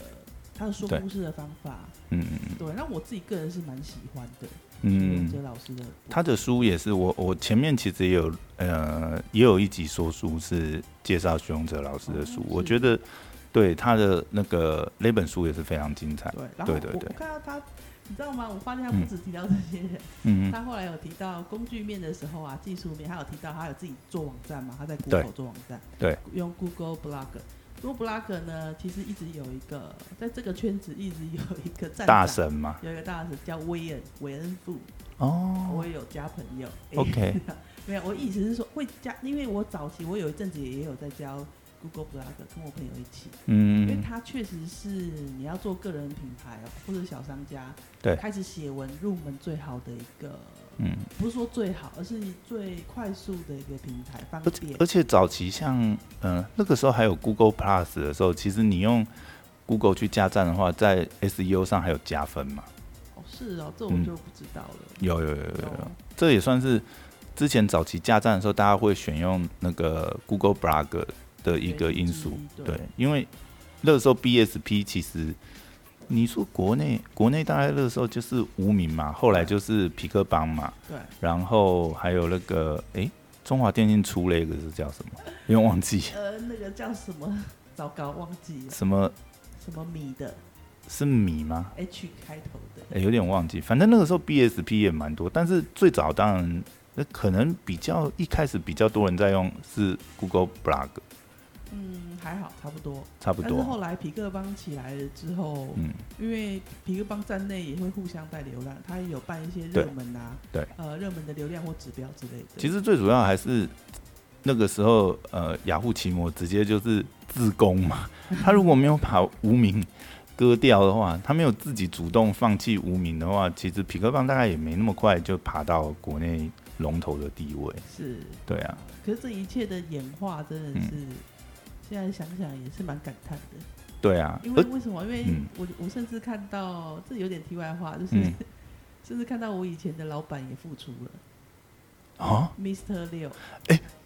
Speaker 2: 他的说
Speaker 1: 对
Speaker 2: 故事的方法。
Speaker 1: 嗯嗯嗯
Speaker 2: 对，那我自己个人是蛮喜欢的。
Speaker 1: 嗯
Speaker 2: 哲
Speaker 1: 嗯，
Speaker 2: 老师的
Speaker 1: 他的书也是我我前面其实也有呃也有一集说书是介绍徐荣哲老师的书
Speaker 2: 哦，
Speaker 1: 我
Speaker 2: 是
Speaker 1: 觉得对他的那个那本书也是非常精彩，
Speaker 2: 对，然后
Speaker 1: 对
Speaker 2: 我
Speaker 1: 对对嗯
Speaker 2: 我看到他，你知道吗？我发现他不止提到这些人，
Speaker 1: 嗯嗯
Speaker 2: 他后来有提到工具面的时候啊，技术面，他有提到他有自己做网站嘛，他在
Speaker 1: 对
Speaker 2: Google 做网站，
Speaker 1: 对，
Speaker 2: 用 Google Blog。Google Blog 呢，其实一直有一个在这个圈子一直有一个站长
Speaker 1: 大，神嘛，
Speaker 2: 有一个大神叫威恩韦恩富，
Speaker 1: 哦
Speaker 2: 我也有加朋友。
Speaker 1: ，OK， *laughs*
Speaker 2: 没有，我意思是说会加，因为我早期我有一阵子也有在教 Google Blog，跟我朋友一起。因为
Speaker 1: 嗯，
Speaker 2: 它确实是你要做个人品牌哦，或者小商家，
Speaker 1: 对
Speaker 2: 开始写文入门最好的一个，
Speaker 1: 嗯，
Speaker 2: 不是说最好，而是最快速的一个平台，方
Speaker 1: 而且
Speaker 2: 便。
Speaker 1: 而且早期像嗯、呃那个时候还有 Google Plus 的时候，其实你用 Google 去加站的话，在 SEO 上还有加分嘛，
Speaker 2: 哦，是哦，这我
Speaker 1: 嗯啊
Speaker 2: 就不知道了。
Speaker 1: 有有有有有有
Speaker 2: 哦，
Speaker 1: 这也算是之前早期架站的时候，大家会选用那个 Google Blog 的一个因素
Speaker 2: 原因之一，对
Speaker 1: 对，因为那时候 BSP 其实你说国内国内大概那时候就是无名嘛，后来就是匹克邦嘛，
Speaker 2: 对，
Speaker 1: 然后还有那个诶，中华电信出了一个是叫什么？有点忘记
Speaker 2: 呃，那个叫什么？ *laughs* 糟糕，忘记了
Speaker 1: 什么
Speaker 2: 什么米的
Speaker 1: 是米吗？
Speaker 2: H 开头的，
Speaker 1: 诶有点忘记，反正那个时候 BSP 也蛮多，但是最早当然，那可能比较一开始比较多人在用是 Google Blog，
Speaker 2: 嗯，还好，差不多。
Speaker 1: 差不
Speaker 2: 但是
Speaker 1: 多。
Speaker 2: 后来皮克邦起来了之后，
Speaker 1: 嗯，
Speaker 2: 因为皮克邦站内也会互相带流量，他也有办一些
Speaker 1: 对
Speaker 2: 热门啊，
Speaker 1: 对，
Speaker 2: 呃，热门的流量或指标之类的。
Speaker 1: 其实最主要还是那个时候，呃，雅虎奇摩直接就是自攻嘛，
Speaker 2: *laughs*
Speaker 1: 他如果没有把无名割掉的话，他没有自己主动放弃无名的话，其实匹克棒大概也没那么快就爬到国内龙头的地位。
Speaker 2: 是，
Speaker 1: 对啊，
Speaker 2: 可是这一切的演化真的
Speaker 1: 嗯
Speaker 2: 是，现在想想也是蛮感叹的。
Speaker 1: 对啊，
Speaker 2: 因为
Speaker 1: 而
Speaker 2: 为什么？因为
Speaker 1: 嗯
Speaker 2: 我、我甚至看到，这有点题外话，就是、
Speaker 1: 嗯
Speaker 2: *laughs* 甚至看到我以前的老板也复出了
Speaker 1: 哦，
Speaker 2: ，Mr. 六，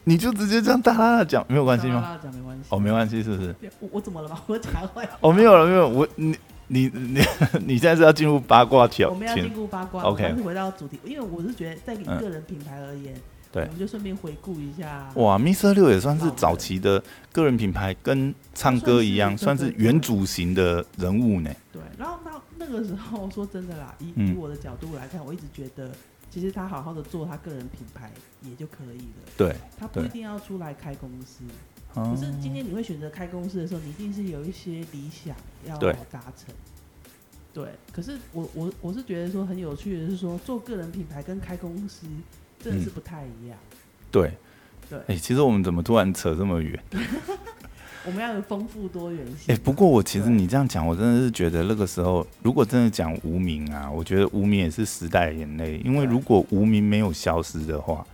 Speaker 1: 你就直接这样大啦啦讲，没有关系吗？
Speaker 2: 大家讲没关系。
Speaker 1: 哦，没关系，是不是？
Speaker 2: 对我我怎么了吗？ *laughs* 我讲坏话，
Speaker 1: 哦，没有了，没有，我你你你 *laughs* 你现在是要进入八卦条
Speaker 2: 我们要
Speaker 1: 前
Speaker 2: 禁锢八卦。
Speaker 1: OK
Speaker 2: 但是回到主题，因为我是觉得在你
Speaker 1: 嗯
Speaker 2: 个人品牌而言，
Speaker 1: 对
Speaker 2: 我们就顺便回顾一下。
Speaker 1: 哇，Mr 六也算
Speaker 2: 老
Speaker 1: 是
Speaker 2: 人
Speaker 1: 早期的个人品牌，跟唱歌一样，
Speaker 2: 算
Speaker 1: 算
Speaker 2: 是
Speaker 1: 是
Speaker 2: 对对
Speaker 1: 原主型的人物呢。
Speaker 2: 对，然后到那个时候，说真的啦，以以
Speaker 1: 嗯
Speaker 2: 我的角度来看，我一直觉得，其实他好好的做他个人品牌也就可以了，
Speaker 1: 对，
Speaker 2: 他不一
Speaker 1: 对
Speaker 2: 定要出来开公司。
Speaker 1: 哦
Speaker 2: 可是今天你会选择开公司的时候，你一定是有一些理想要
Speaker 1: 对
Speaker 2: 达成。对，可是我我我是觉得说很有趣的是说，做个人品牌跟开公司真的是
Speaker 1: 嗯
Speaker 2: 不太一样。
Speaker 1: 对，
Speaker 2: 对
Speaker 1: 哎、其实我们怎么突然扯这么远？
Speaker 2: 我们要有丰富多元
Speaker 1: 哎、
Speaker 2: 性。
Speaker 1: 不过我其实
Speaker 2: 对
Speaker 1: 你这样讲，我真的是觉得那个时候，如果真的讲无名啊，我觉得无名也是时代的眼泪，因为
Speaker 2: 对
Speaker 1: 如果无名没有消失的话，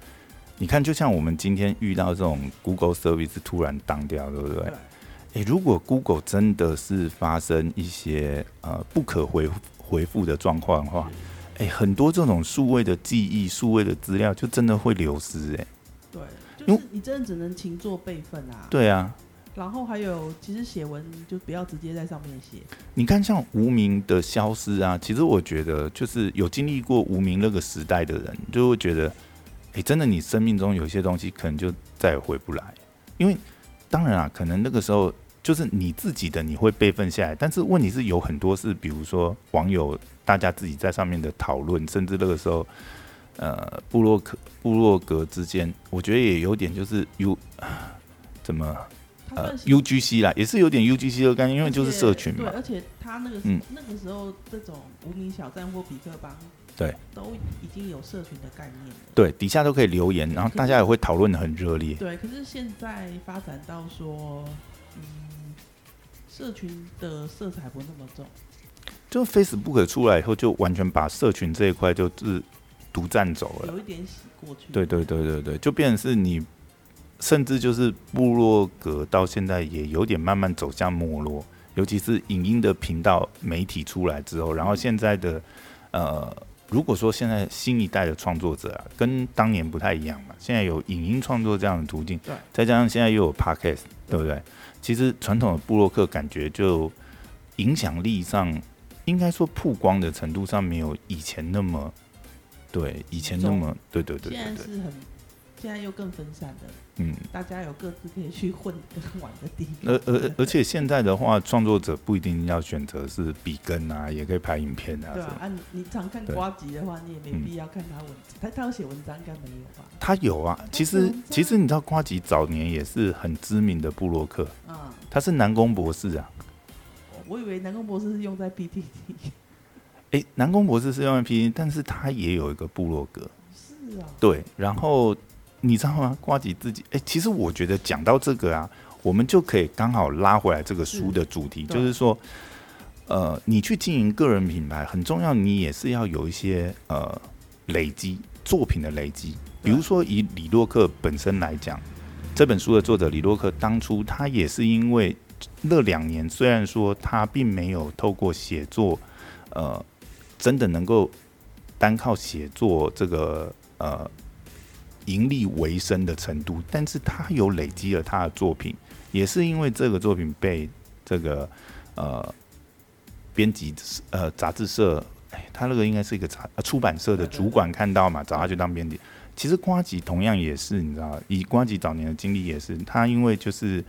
Speaker 1: 你看，就像我们今天遇到这种 Google Service 突然当掉，对不对？
Speaker 2: 对，
Speaker 1: 诶，如果 Google 真的是发生一些呃不可回回复的状况的话，诶，很多这种数位的记忆、数位的资料就真的会流失、诶，
Speaker 2: 对，
Speaker 1: 因
Speaker 2: 就
Speaker 1: 为
Speaker 2: 是你真的只能勤做备份啊。
Speaker 1: 对啊，
Speaker 2: 然后还有，其实写文就不要直接在上面写，
Speaker 1: 你看像无名的消失啊，其实我觉得就是有经历过无名那个时代的人，就会觉得，诶，真的你生命中有些东西可能就再也回不来，因为当然啊，可能那个时候。就是你自己的，你会备份下来，但是问题是有很多是，比如说网友大家自己在上面的讨论，甚至那个时候，呃，部落格部落格之间，我觉得也有点就是 U 怎么
Speaker 2: 他
Speaker 1: 呃
Speaker 2: 算是、
Speaker 1: UGC 啦，也是有点 UGC 的概念，因为就是社群
Speaker 2: 对，
Speaker 1: 嘛，
Speaker 2: 而且他那个、
Speaker 1: 嗯
Speaker 2: 那个时候这种无名小站或比克邦，
Speaker 1: 对，
Speaker 2: 都已经有社群的概念了。
Speaker 1: 对，底下都可以留言，然后大家也会讨论的很热烈。
Speaker 2: 对，可是现在发展到说，嗯，社群的色彩不那么重。
Speaker 1: 就 Facebook 出来以后，就完全把社群这一块就是独占走了。
Speaker 2: 有一点洗过去。
Speaker 1: 对对对对对，就变成是你，甚至就是部落格到现在也有点慢慢走向没落，尤其是影音的频道媒体出来之后，然后现在的呃，如果说现在新一代的创作者啊，跟当年不太一样嘛，现在有影音创作这样的途径
Speaker 2: 对，
Speaker 1: 再加上现在又有 podcast，对不对？其实传统的部落客感觉就影响力上，应该说曝光的程度上没有以前那么。对，以前那么，嗯对对对对
Speaker 2: 现
Speaker 1: 对
Speaker 2: 在，是很，现在又更分散了，
Speaker 1: 嗯，
Speaker 2: 大家有各自可以去混 *laughs* 更玩的地方。
Speaker 1: 而而而且现在的话，创作者不一定要选择是笔耕啊，也可以拍影片啊。
Speaker 2: 对
Speaker 1: 什
Speaker 2: 啊，
Speaker 1: 么。
Speaker 2: 啊你你常看
Speaker 1: 对
Speaker 2: 瓜集的话，你也没
Speaker 1: 嗯
Speaker 2: 必要看他文，他他有写文章应该没有吧？
Speaker 1: 他有啊，其
Speaker 2: 有
Speaker 1: 实
Speaker 2: 文章
Speaker 1: 其实你知道，瓜吉早年也是很知名的布洛克，
Speaker 2: 啊、
Speaker 1: 他是南宫博士啊。
Speaker 2: 我以为南宫博士是用在 BTT，
Speaker 1: *laughs* 诶，南宫博士是用 M P，但是他也有一个部落格。
Speaker 2: 是啊，
Speaker 1: 对，然后你知道吗？瓜吉自己，诶，哎其实我觉得讲到这个啊，我们就可以刚好拉回来这个书的主题，
Speaker 2: 嗯对
Speaker 1: 就是说，呃，你去经营个人品牌很重要，你也是要有一些呃累积作品的累积。比
Speaker 2: 对
Speaker 1: 如说以李洛克本身来讲，这本书的作者李洛克当初他也是因为那两年，虽然说他并没有透过写作，呃，真的能够单靠写作这个呃盈利为生的程度，但是他有累积了他的作品，也是因为这个作品被这个呃编辑呃杂志社，哎，他那个应该是一个杂、呃出版社的主管看到嘛，找他去当编辑。其实瓜吉同样也是，你知道，以瓜吉早年的经历也是，他因为就是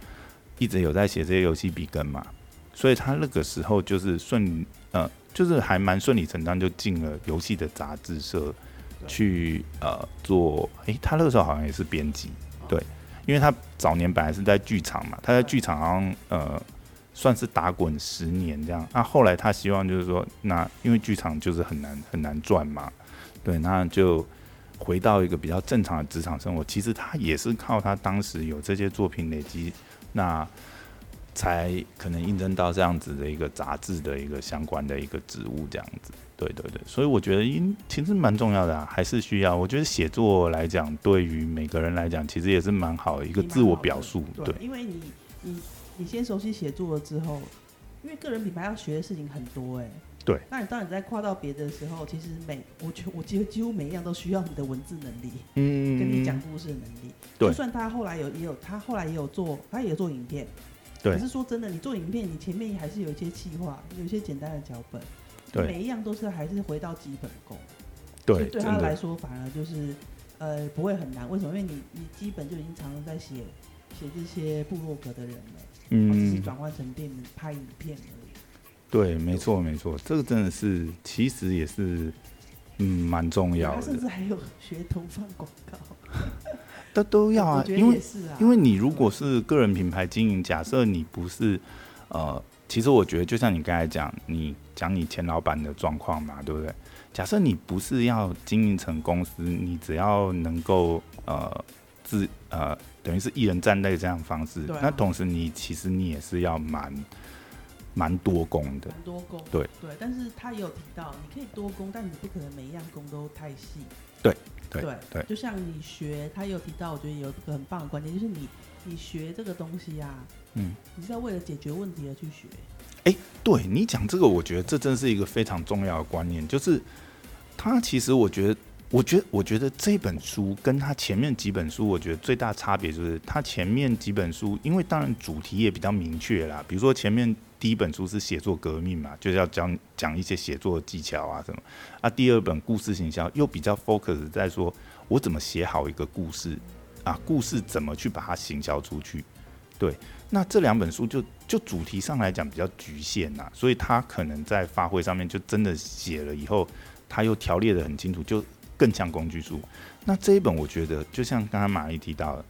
Speaker 1: 一直有在写这些游戏笔根嘛，所以他那个时候就是顺呃，就是还蛮顺理成章就进了游戏的杂志社
Speaker 2: 对
Speaker 1: 去呃做，诶、他那个时候好像也是编辑，对，因为他早年本来是在剧场嘛，他在剧场好像呃算是打滚十年这样，那、后来他希望就是说，那因为剧场就是很难很难赚嘛，对，那就。回到一个比较正常的职场生活，其实他也是靠他当时有这些作品累积，那才可能应征到这样子的一个杂志的一个相关的一个职务，这样子。对对对，所以我觉得因其实蛮重要的、啊，还是需要。我觉得写作来讲，对于每个人来讲，其实也是蛮好的一个
Speaker 2: 你蛮
Speaker 1: 自我
Speaker 2: 好的
Speaker 1: 表述。对
Speaker 2: 对，因为你你你先熟悉写作了之后，因为个人品牌要学的事情很多哎、
Speaker 1: 对。
Speaker 2: 那你当你在跨到别的时候，其实每我觉我几乎几乎每一样都需要你的文字能力，
Speaker 1: 嗯，
Speaker 2: 跟你讲故事的能力。
Speaker 1: 对
Speaker 2: 就算他后来有也有他后来也有做，他也有做影片。
Speaker 1: 对
Speaker 2: 可是说真的，你做影片，你前面还是有一些企划，有一些简单的脚本。
Speaker 1: 对
Speaker 2: 每一样都是还是回到基本功。所
Speaker 1: 对，
Speaker 2: 以对
Speaker 1: 真
Speaker 2: 他来
Speaker 1: 的
Speaker 2: 说反而就是呃不会很难。为什么？因为你你基本就已经常常在写写这些部落格的人了，他只是
Speaker 1: 嗯，
Speaker 2: 转换成变拍影片而已。
Speaker 1: 对，没错没错，这个真的是其实也是嗯蛮重要
Speaker 2: 他
Speaker 1: 的
Speaker 2: 甚，至还有学投放广告，
Speaker 1: 都都要啊
Speaker 2: 我，觉得
Speaker 1: 因为
Speaker 2: 也是啊，
Speaker 1: 因为你如果是个人品牌经营，假设你不是呃，其实我觉得就像你刚才讲，你讲你前老板的状况嘛，对不对？假设你不是要经营成公司，你只要能够呃自呃等于是一人站队这样的方式，
Speaker 2: 对啊
Speaker 1: 那同时你其实你也是要蛮蛮多工的，
Speaker 2: 很多工，
Speaker 1: 对
Speaker 2: 对，但是他也有提到，你可以多工，但你不可能每一样工都太细。
Speaker 1: 对对对
Speaker 2: 就像你学，他也有提到，我觉得有一个很棒的观点，就是你你学这个东西啊，
Speaker 1: 嗯。
Speaker 2: 你是要为了解决问题而去学，
Speaker 1: 对你讲这个，我觉得这真是一个非常重要的观念，就是它其实我觉得，我觉得，我觉得这本书跟它前面几本书，我觉得最大差别就是它前面几本书，因为当然主题也比较明确啦，比如说前面第一本书是写作革命嘛，就是要讲讲一些写作技巧啊什么，啊，第二本故事行销又比较 focus 在说我怎么写好一个故事啊，故事怎么去把它行销出去。对，那这两本书就就主题上来讲比较局限呐、所以他可能在发挥上面就真的写了以后，他又条列的很清楚，就更像工具书。那这一本我觉得，就像刚刚玛丽提到的，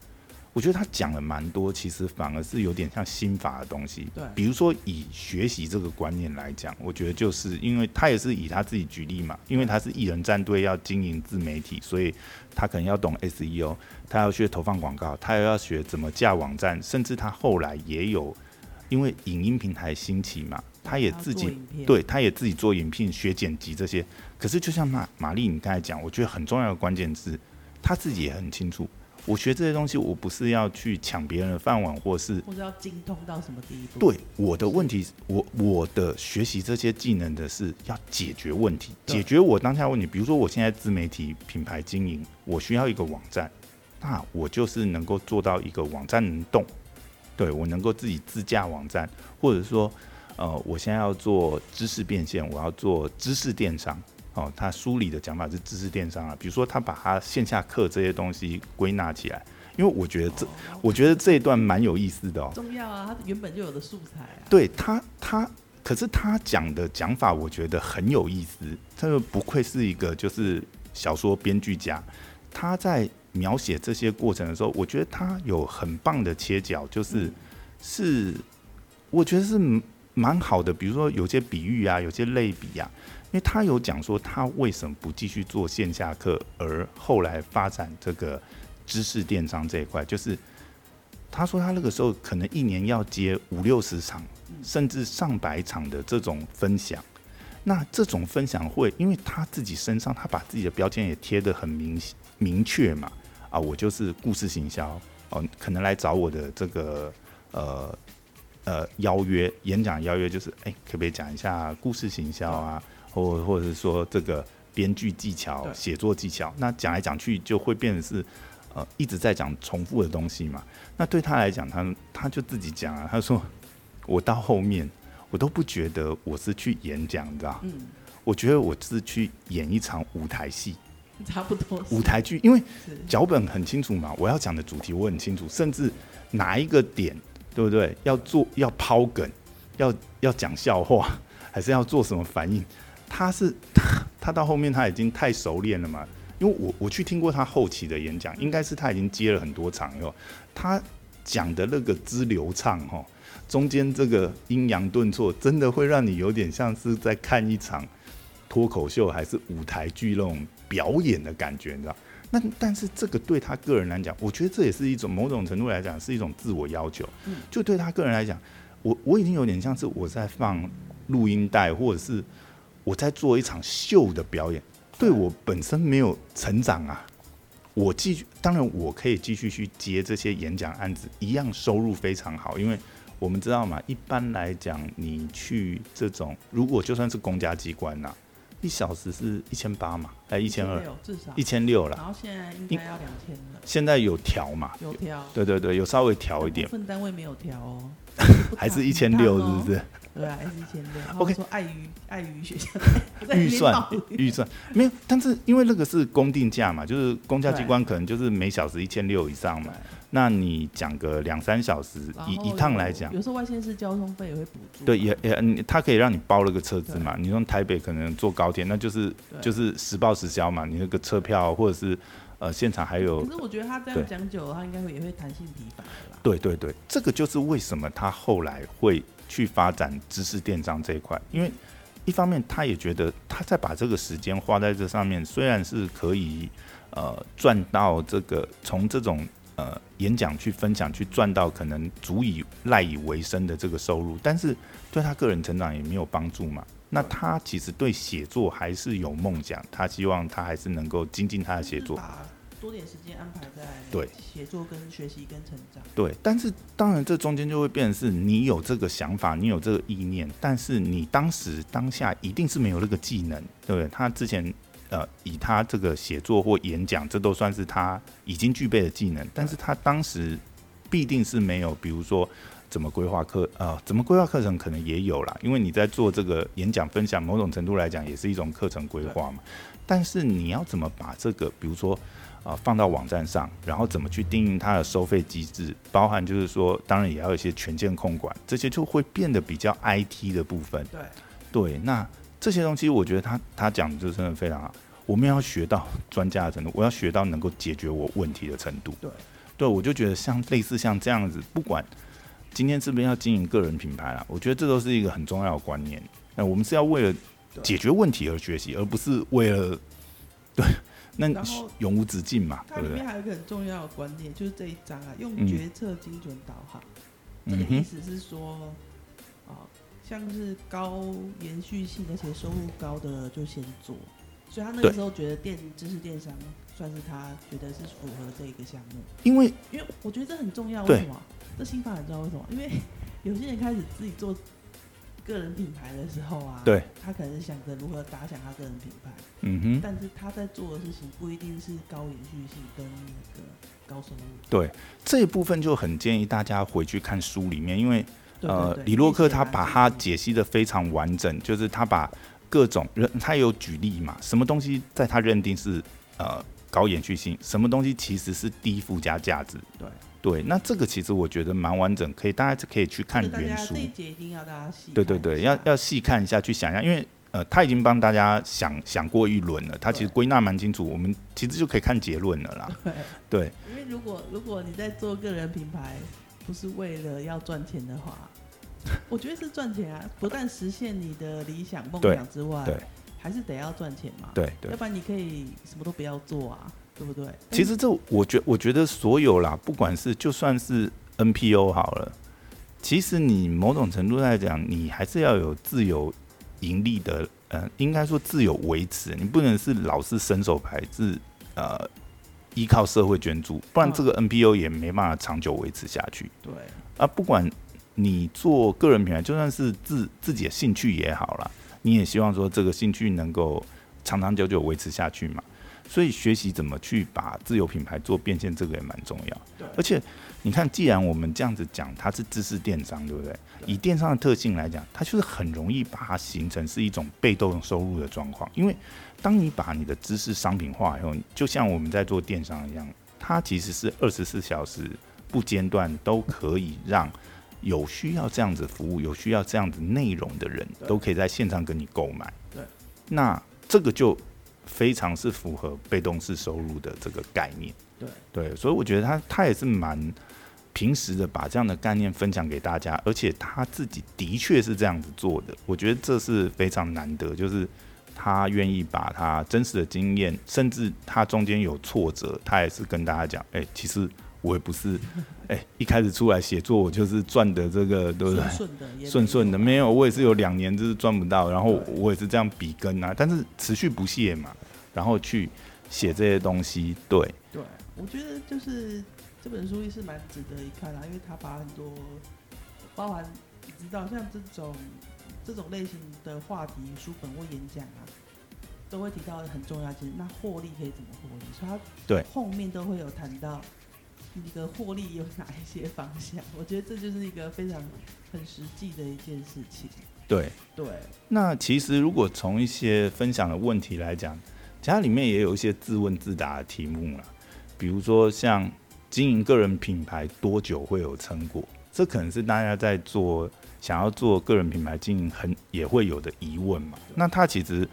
Speaker 1: 我觉得他讲了蛮多，其实反而是有点像心法的东西。
Speaker 2: 对
Speaker 1: 比如说以学习这个观念来讲，我觉得就是因为他也是以他自己举例嘛，因为他是艺人战队要经营自媒体，所以他可能要懂 E SEO，他要学投放广告，他又要学怎么架网站，甚至他后来也有因为影音平台兴起嘛，他也自
Speaker 2: 哦
Speaker 1: 己
Speaker 2: 对
Speaker 1: 对，他也自己做影片、学剪辑这些。可是就像玛玛丽你刚才讲，我觉得很重要的关键字，他自己也很清楚。我学这些东西，我不是要去抢别人的饭碗，或是
Speaker 2: 或者要精通到什么地步？
Speaker 1: 对我的问题，我我的学习这些技能的是要解决问题，
Speaker 2: 对
Speaker 1: 解决我当下问题。比如说，我现在自媒体品牌经营，我需要一个网站，那我就是能够做到一个网站能动，对我能够自己自驾网站，或者说，呃，我现在要做知识变现，我要做知识电商。哦，他书里的讲法是知识电商啊，比如说他把他线下课这些东西归纳起来，因为我觉得这，我觉得这一段蛮有意思的哦。
Speaker 2: 哦重要啊，它原本就有的素材啊。
Speaker 1: 对他，他可是他讲的讲法，我觉得很有意思。这不愧是一个就是小说编剧家，他在描写这些过程的时候，我觉得他有很棒的切角，就是、
Speaker 2: 嗯
Speaker 1: 是我觉得是蛮蛮好的。比如说有些比喻啊，有些类比啊，因为他有讲说他为什么不继续做线下课，而后来发展这个知识电商这一块，就是他说他那个时候可能一年要接五六十场，甚至上百场的这种分享。那这种分享会，因为他自己身上，他把自己的标签也贴得很明明确嘛，啊，我就是故事行销哦，可能来找我的这个呃呃邀约演讲邀约，就是哎、可不可以讲一下故事行销啊，或或者是说这个编剧技巧、
Speaker 2: 对
Speaker 1: 写作技巧，那讲来讲去就会变成是呃一直在讲重复的东西嘛。那对他来讲，他他就自己讲啊，他说我到后面我都不觉得我是去演讲，你知道，
Speaker 2: 嗯，
Speaker 1: 我觉得我是去演一场舞台戏、
Speaker 2: 差不多是
Speaker 1: 舞台剧，因为
Speaker 2: 是
Speaker 1: 脚本很清楚嘛，我要讲的主题我很清楚，甚至哪一个点，对不对？要做要抛梗，要要讲笑话，还是要做什么反应？他是 *laughs* 他他到后面他已经太熟练了嘛，因为我我去听过他后期的演讲，应该是他已经接了很多场以后，他讲的那个之流畅哦，中间这个阴阳顿挫，真的会让你有点像是在看一场脱口秀还是舞台剧那种表演的感觉，你知道？那但是这个对他个人来讲，我觉得这也是一种某种程度来讲是一种自我要求。
Speaker 2: 嗯
Speaker 1: 就对他个人来讲，我我已经有点像是我在放录音带，或者是我在做一场秀的表演，对我本身没有成长啊。我继续，当然我可以继续去接这些演讲案子，一样收入非常好，因为我们知道嘛，一般来讲，你去这种如果就算是公家机关呐、啊一小时是一千八嘛，哎一千二，
Speaker 2: 1600至少
Speaker 1: 一千六啦。
Speaker 2: 然后现在应该要两千了，
Speaker 1: 现在有调嘛？
Speaker 2: 有调
Speaker 1: 对对对，有稍微调一点
Speaker 2: 部，分单位没有
Speaker 1: *laughs*
Speaker 2: 调哦，不
Speaker 1: 还是
Speaker 2: 烫
Speaker 1: 一千六，是不？
Speaker 2: 烫哦
Speaker 1: 是？
Speaker 2: 对
Speaker 1: *laughs*
Speaker 2: 啊，还是一千六。他
Speaker 1: OK
Speaker 2: 们说碍于碍于
Speaker 1: *laughs*
Speaker 2: 学校
Speaker 1: 预算
Speaker 2: *laughs*
Speaker 1: 预算没有，但是因为那个是公定价嘛，就是公家机关可能就是每小时一千六以上嘛。那你讲个两三小时，一一趟来讲，
Speaker 2: 有时候外县市交通费也会补助，啊
Speaker 1: 对，也也，嗯它可以让你包了个车子嘛。你从台北可能坐高铁，那就是
Speaker 2: 对
Speaker 1: 就是实报实销嘛。你那个车票或者是呃现场还有
Speaker 2: 可是我觉得他这
Speaker 1: 对
Speaker 2: 样讲久了，他应该会也会弹性疲乏的啦。
Speaker 1: 对对对，这个就是为什么他后来会去发展知识电商这一块，因为一方面他也觉得他在把这个时间花在这上面，虽然是可以呃赚到这个从这种呃演讲去分享去赚到可能足以赖以为生的这个收入，但是对他个人成长也没有帮助嘛。那他其实对写作还是有梦想，他希望他还是能够精进他的写作
Speaker 2: 就是。把多点时间安排在
Speaker 1: 对
Speaker 2: 写作跟学习跟成长。
Speaker 1: 对，但是当然，这中间就会变成是你有这个想法，你有这个意念，但是你当时当下一定是没有那个技能，对不对？他之前呃，以他这个写作或演讲，这都算是他已经具备的技能，但是他当时必定是没有，比如说怎么规划课，呃，怎么规划课程可能也有啦，因为你在做这个演讲分享，某种程度来讲也是一种课程规划嘛。但是你要怎么把这个，比如说啊、放到网站上，然后怎么去定义它的收费机制，包含就是说，当然也要有一些权限控管，这些就会变得比较 IT 的部分。
Speaker 2: 对，
Speaker 1: 对，那这些东西我觉得他他讲的就真的非 *laughs* 常好。我们要学到专家的程度，我要学到能够解决我问题的程度。
Speaker 2: 对，
Speaker 1: 对，我就觉得像类似像这样子，不管今天是不是要经营个人品牌啦，我觉得这都是一个很重要的观念。那我们是要为了
Speaker 2: 对
Speaker 1: 解决问题而学习，而不是为了对那
Speaker 2: 然后
Speaker 1: *laughs* 永无止境嘛，
Speaker 2: 它
Speaker 1: 对
Speaker 2: 里
Speaker 1: 不对
Speaker 2: 面？还有一个很重要的观念，就是这一章啊，用
Speaker 1: 嗯
Speaker 2: 决策精准导航。这个
Speaker 1: 嗯哼，
Speaker 2: 意思是说，啊、像是高延续性而且收入高的就先做。所以他那个
Speaker 1: 对
Speaker 2: 时候觉得电知识电商算是他觉得是符合这一个项目，
Speaker 1: 因为
Speaker 2: 因为我觉得这很重要。
Speaker 1: 对
Speaker 2: 为什么？这心法很重要。为什么？因为有些人开始自己做个人品牌的时候啊，
Speaker 1: 对，
Speaker 2: 他可能想着如何打响他个人品牌，
Speaker 1: 嗯哼，
Speaker 2: 但是他在做的事情不一定是高延续性跟那个高收入。
Speaker 1: 对这一部分就很建议大家回去看书里面，因为
Speaker 2: 对
Speaker 1: 呃
Speaker 2: 对，对
Speaker 1: 李洛克他
Speaker 2: 谢谢
Speaker 1: 把
Speaker 2: 啊
Speaker 1: 它
Speaker 2: 谢谢
Speaker 1: 解析的非常完整，就是他把各种人，他有举例嘛，什么东西在他认定是呃高延续性，什么东西其实是低附加价值。
Speaker 2: 对。
Speaker 1: 对，那这个其实我觉得蛮完整，可以大家可以去看
Speaker 2: 就大
Speaker 1: 原
Speaker 2: 家
Speaker 1: 书
Speaker 2: 这。一节一定要大家细看
Speaker 1: 对
Speaker 2: 一
Speaker 1: 对
Speaker 2: 下。
Speaker 1: 对，要要细看一下，去想一下，因为呃他已经帮大家想想过一轮了，他其实
Speaker 2: 对
Speaker 1: 归纳蛮清楚，我们其实就可以看结论了啦。
Speaker 2: 对，
Speaker 1: 对，
Speaker 2: 因为如果如果你在做个人品牌，不是为了要赚钱的话，我觉得是赚钱啊，不但实现你的理想梦
Speaker 1: 对
Speaker 2: 想之外，
Speaker 1: 对
Speaker 2: 还是得要赚钱嘛。，
Speaker 1: 对对
Speaker 2: 要。不然你可以什么都不要做啊，对不对？
Speaker 1: 其实这我觉我觉得所有啦，不管是就算是 NPO 好了，其实你某种程度来讲，你还是要有自由盈利的，呃，应该说自由维持，你不能是老是伸手牌是呃依靠社会捐助，不然
Speaker 2: 嗯
Speaker 1: 这个 NPO 也没办法长久维持下去
Speaker 2: 对
Speaker 1: 啊。不管你做个人品牌，就算是自自己的兴趣也好啦，你也希望说这个兴趣能够长长久久维持下去嘛。所以学习怎么去把自有品牌做变现，这个也蛮重要。
Speaker 2: 对
Speaker 1: 而且你看，既然我们这样子讲，它是知识电商，对不对？
Speaker 2: 对
Speaker 1: 以电商的特性来讲，它就是很容易把它形成是一种被动收入的状况。因为当你把你的知识商品化以后，就像我们在做电商一样，它其实是二十四小时不间断都可以让有需要这样子服务、有需要这样子内容的人
Speaker 2: 对
Speaker 1: 都可以在线上跟你购买。
Speaker 2: 对，
Speaker 1: 那这个就非常是符合被动式收入的这个概念。
Speaker 2: 对
Speaker 1: 对，所以我觉得他他也是蛮平时的，把这样的概念分享给大家，而且他自己的确是这样子做的，我觉得这是非常难得，就是他愿意把他真实的经验，甚至他中间有挫折，他也是跟大家讲，哎、其实我也不
Speaker 2: *laughs*
Speaker 1: 是，哎、一开始出来写作，我就是赚的这个，对不对
Speaker 2: 顺？顺的也没有
Speaker 1: 顺顺的，没有，我也是有两年就是赚不到，然后
Speaker 2: 对
Speaker 1: 我也是这样笔耕啊，但是持续不懈嘛，然后去写这些东西，对，
Speaker 2: 对，我觉得就是这本书也是蛮值得一看啦、啊因为它把很多包含你知道像这种这种类型的话题、书本或演讲啊，都会提到很重要的，就是那获利可以怎么获利，所以它
Speaker 1: 对
Speaker 2: 后面都会有谈到你的获利有哪一些方向。我觉得这就是一个非常很实际的一件事情。
Speaker 1: 对，
Speaker 2: 对，
Speaker 1: 那其实如果从一些分享的问题来讲，其实它里面也有一些自问自答的题目啦，比如说像经营个人品牌多久会有成果，这可能是大家在做想要做个人品牌经营很也会有的疑问嘛。那它其实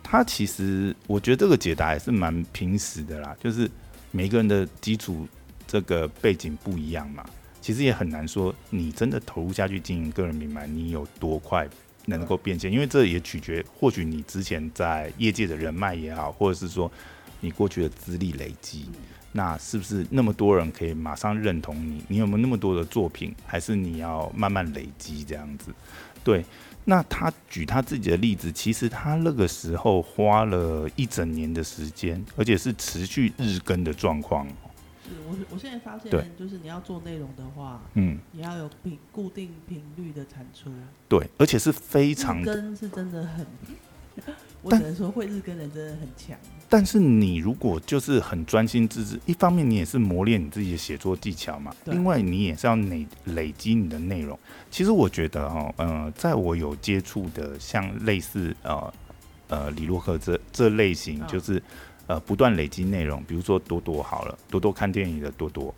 Speaker 1: 它其实我觉得这个解答也是蛮平实的啦，就是每个人的基础这个背景不一样嘛。其实也很难说，你真的投入下去经营个人品牌，你有多快能够变现，因为这也取决或许你之前在业界的人脉也好，或者是说你过去的资历累积，
Speaker 2: 嗯
Speaker 1: 那是不是那么多人可以马上认同你？你有没有那么多的作品，还是你要慢慢累积这样子？对，那他举他自己的例子，其实他那个时候花了一整年的时间，而且是持续日更的状况哦。
Speaker 2: 是我我现在发现
Speaker 1: 对，
Speaker 2: 就是你要做内容的话，
Speaker 1: 嗯，
Speaker 2: 你要有频固定频率的产出。
Speaker 1: 对，而且是非
Speaker 2: 日
Speaker 1: 常
Speaker 2: 更是真的
Speaker 1: *laughs*
Speaker 2: 很，我只
Speaker 1: 但
Speaker 2: 能说会日更的人真的很强。
Speaker 1: 但是你如果就是很专心致志，一方面你也是磨练你自己的写作技巧嘛，
Speaker 2: 对
Speaker 1: 另外你也是要累累积你的内容。其实我觉得哈、哦，呃，在我有接触的像类似呃呃李洛克这这类型
Speaker 2: 嗯，
Speaker 1: 就是、呃不断累积内容，比如说多多好了，多多看电影的多多，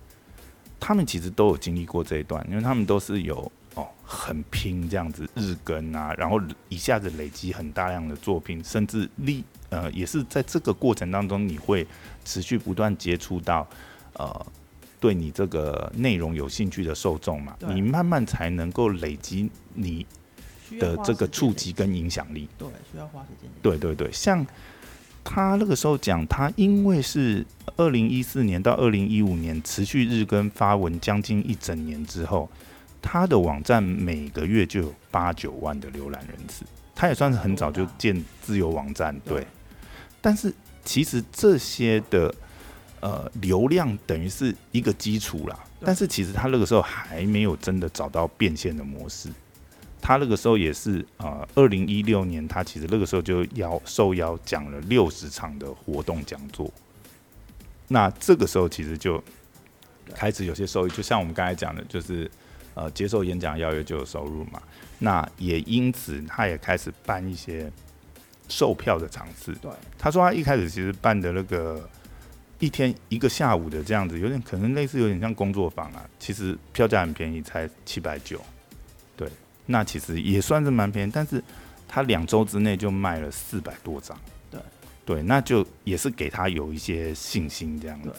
Speaker 1: 他们其实都有经历过这一段，因为他们都是有哦很拼这样子日更啊，然后一下子累积很大量的作品，甚至历呃也是在这个过程当中，你会持续不断接触到呃对你这个内容有兴趣的受众嘛，
Speaker 2: 对
Speaker 1: 你慢慢才能够累积你
Speaker 2: 需要
Speaker 1: 的
Speaker 2: 花
Speaker 1: 这个
Speaker 2: 时间
Speaker 1: 触
Speaker 2: 累
Speaker 1: 及
Speaker 2: 积
Speaker 1: 跟影响力。
Speaker 2: 对，需要花时间。，
Speaker 1: 对对对，像他那个时候讲，他因为是二零一四年到二零一五年持续日更发文将近一整年之后，他的网站每个月就有八九万的浏览人次，他也算是很早就建自由网站，
Speaker 2: 对
Speaker 1: 对。但是其实这些的呃流量等于是一个基础啦，
Speaker 2: 对
Speaker 1: 但是其实他那个时候还没有真的找到变现的模式。他那个时候也是呃，二零一六年，他其实那个时候就邀受邀讲了六十场的活动讲座。那这个时候其实就开始有些收益，就像我们刚才讲的，就是呃接受演讲邀约就有收入嘛。那也因此，他也开始办一些售票的场次。
Speaker 2: 对，
Speaker 1: 他说他一开始其实办的那个一天一个下午的这样子，有点可能类似有点像工作坊啊，其实票价很便宜，才七百九，对，那其实也算是蛮便宜，但是他两周之内就卖了四百多张，
Speaker 2: 对，
Speaker 1: 对，那就也是给他有一些信心这样子
Speaker 2: 对。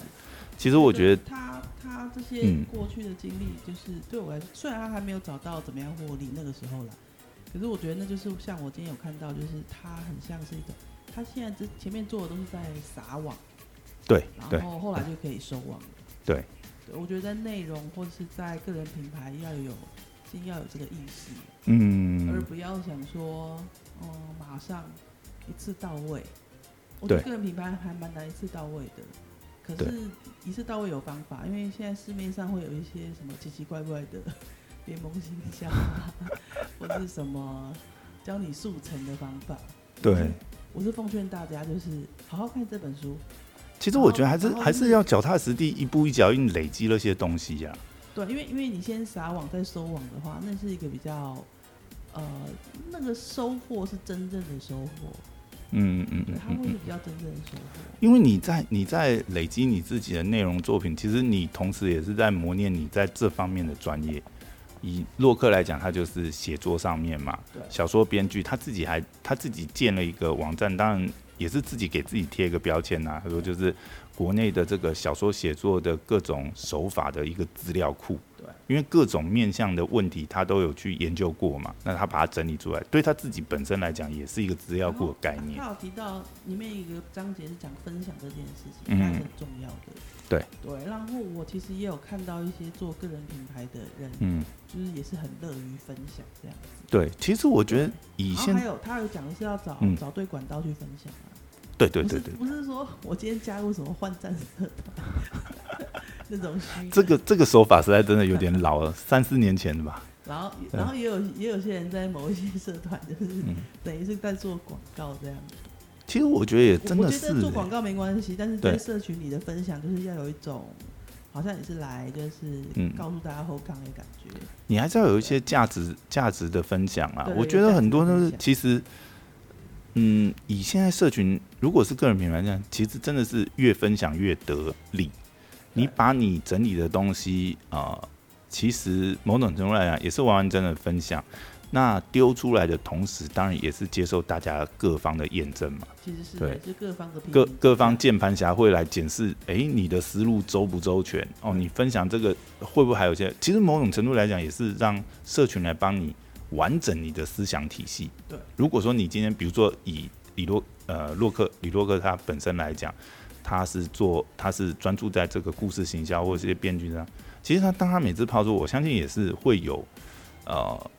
Speaker 1: 其实我觉得，
Speaker 2: 他他这些
Speaker 1: 嗯
Speaker 2: 过去的经历，就是对我来说，虽然他还没有找到怎么样获利那个时候啦，可是我觉得那就是像我今天有看到，就是他很像是一个，他现在之前面做的都是在撒网，
Speaker 1: 对对
Speaker 2: 然后后来就可以收网了。
Speaker 1: 对
Speaker 2: 对，我觉得在内容或者是在个人品牌要有先要有这个意识，而
Speaker 1: 嗯，
Speaker 2: 不要想说，嗯，马上一次到位。我觉得
Speaker 1: 对
Speaker 2: 个人品牌还蛮难一次到位的，可
Speaker 1: 对
Speaker 2: 是一次到位有方法，因为现在市面上会有一些什么奇奇怪怪的 *laughs* 联盟形象啊，或是什么教你速成的方法。
Speaker 1: 对。
Speaker 2: 我是奉劝大家，就是好好看这本书，
Speaker 1: 其实我觉得还是
Speaker 2: 然后
Speaker 1: 还是要脚踏实地，一步一脚印累积那些东西呀、
Speaker 2: 对，因为因为你先撒网再收网的话，那是一个比较，呃，那个收获是真正的收获，
Speaker 1: 嗯嗯
Speaker 2: 对
Speaker 1: 嗯，
Speaker 2: 它
Speaker 1: 嗯
Speaker 2: 会
Speaker 1: 嗯
Speaker 2: 是。比较真正的收获。
Speaker 1: 因为你在你在累积你自己的内容作品，其实你同时也是在磨练你在这方面的专业。以洛克来讲，他就是写作上面嘛，
Speaker 2: 对
Speaker 1: 小说编剧，他自己还他自己建了一个网站，当然也是自己给自己贴一个标签呐、啊他说就是国内的这个小说写作的各种手法的一个资料库。
Speaker 2: 对，
Speaker 1: 因为各种面向的问题他都有去研究过嘛，那他把它整理出来，对他自己本身来讲也是一个资料库的概念。
Speaker 2: 他有提到里面一个章节是讲分享这件事情，
Speaker 1: 嗯
Speaker 2: 它是很重要的。
Speaker 1: 对
Speaker 2: 对，然后我其实也有看到一些做个人品牌的人，
Speaker 1: 嗯，
Speaker 2: 就是也是很乐于分享这样子。
Speaker 1: 对，其实我觉得以
Speaker 2: 然
Speaker 1: 现
Speaker 2: 后啊还有他有讲的是要找、
Speaker 1: 嗯
Speaker 2: 找对管道去分享啊，
Speaker 1: 对对对对，
Speaker 2: 不是不是说我今天加入什么换战社团啊 *laughs* 那种虚的
Speaker 1: 这个这个手法实在真的有点老了，三四年前的吧。
Speaker 2: 然后，
Speaker 1: 对
Speaker 2: 然后也有也有些人在某一些社团，就是
Speaker 1: 嗯
Speaker 2: 等于是在做广告这样。
Speaker 1: 其实我觉得也
Speaker 2: 我
Speaker 1: 真的
Speaker 2: 我
Speaker 1: 是欸
Speaker 2: 觉得做广告没关系，但是在
Speaker 1: 对
Speaker 2: 社群里的分享，就是要有一种好像你是来就是
Speaker 1: 嗯
Speaker 2: 告诉大家后康的感觉。
Speaker 1: 你还是要有一些价值价值的分享啊
Speaker 2: 对。
Speaker 1: 我觉得很多都
Speaker 2: 有
Speaker 1: 是
Speaker 2: 价值的分享
Speaker 1: 其实，嗯，以现在社群如果是个人品牌这样，其实真的是越分享越得利。你把你整理的东西啊、呃其实某种程度来讲也是完完整整的分享。那丢出来的同时，当然也是接受大家各方的验证嘛。
Speaker 2: 其实是
Speaker 1: 对
Speaker 2: 就各方的
Speaker 1: 各各方键盘侠会来检视，诶，你的思路周不周全？哦，你分享这个会不会还有一些？其实某种程度来讲，也是让社群来帮你完整你的思想体系。
Speaker 2: 对，
Speaker 1: 如果说你今天，比如说以李洛呃洛克李洛克他本身来讲，他是做他是专注在这个故事行销或者这些编剧上，其实他当他每次抛出，我相信也是会有呃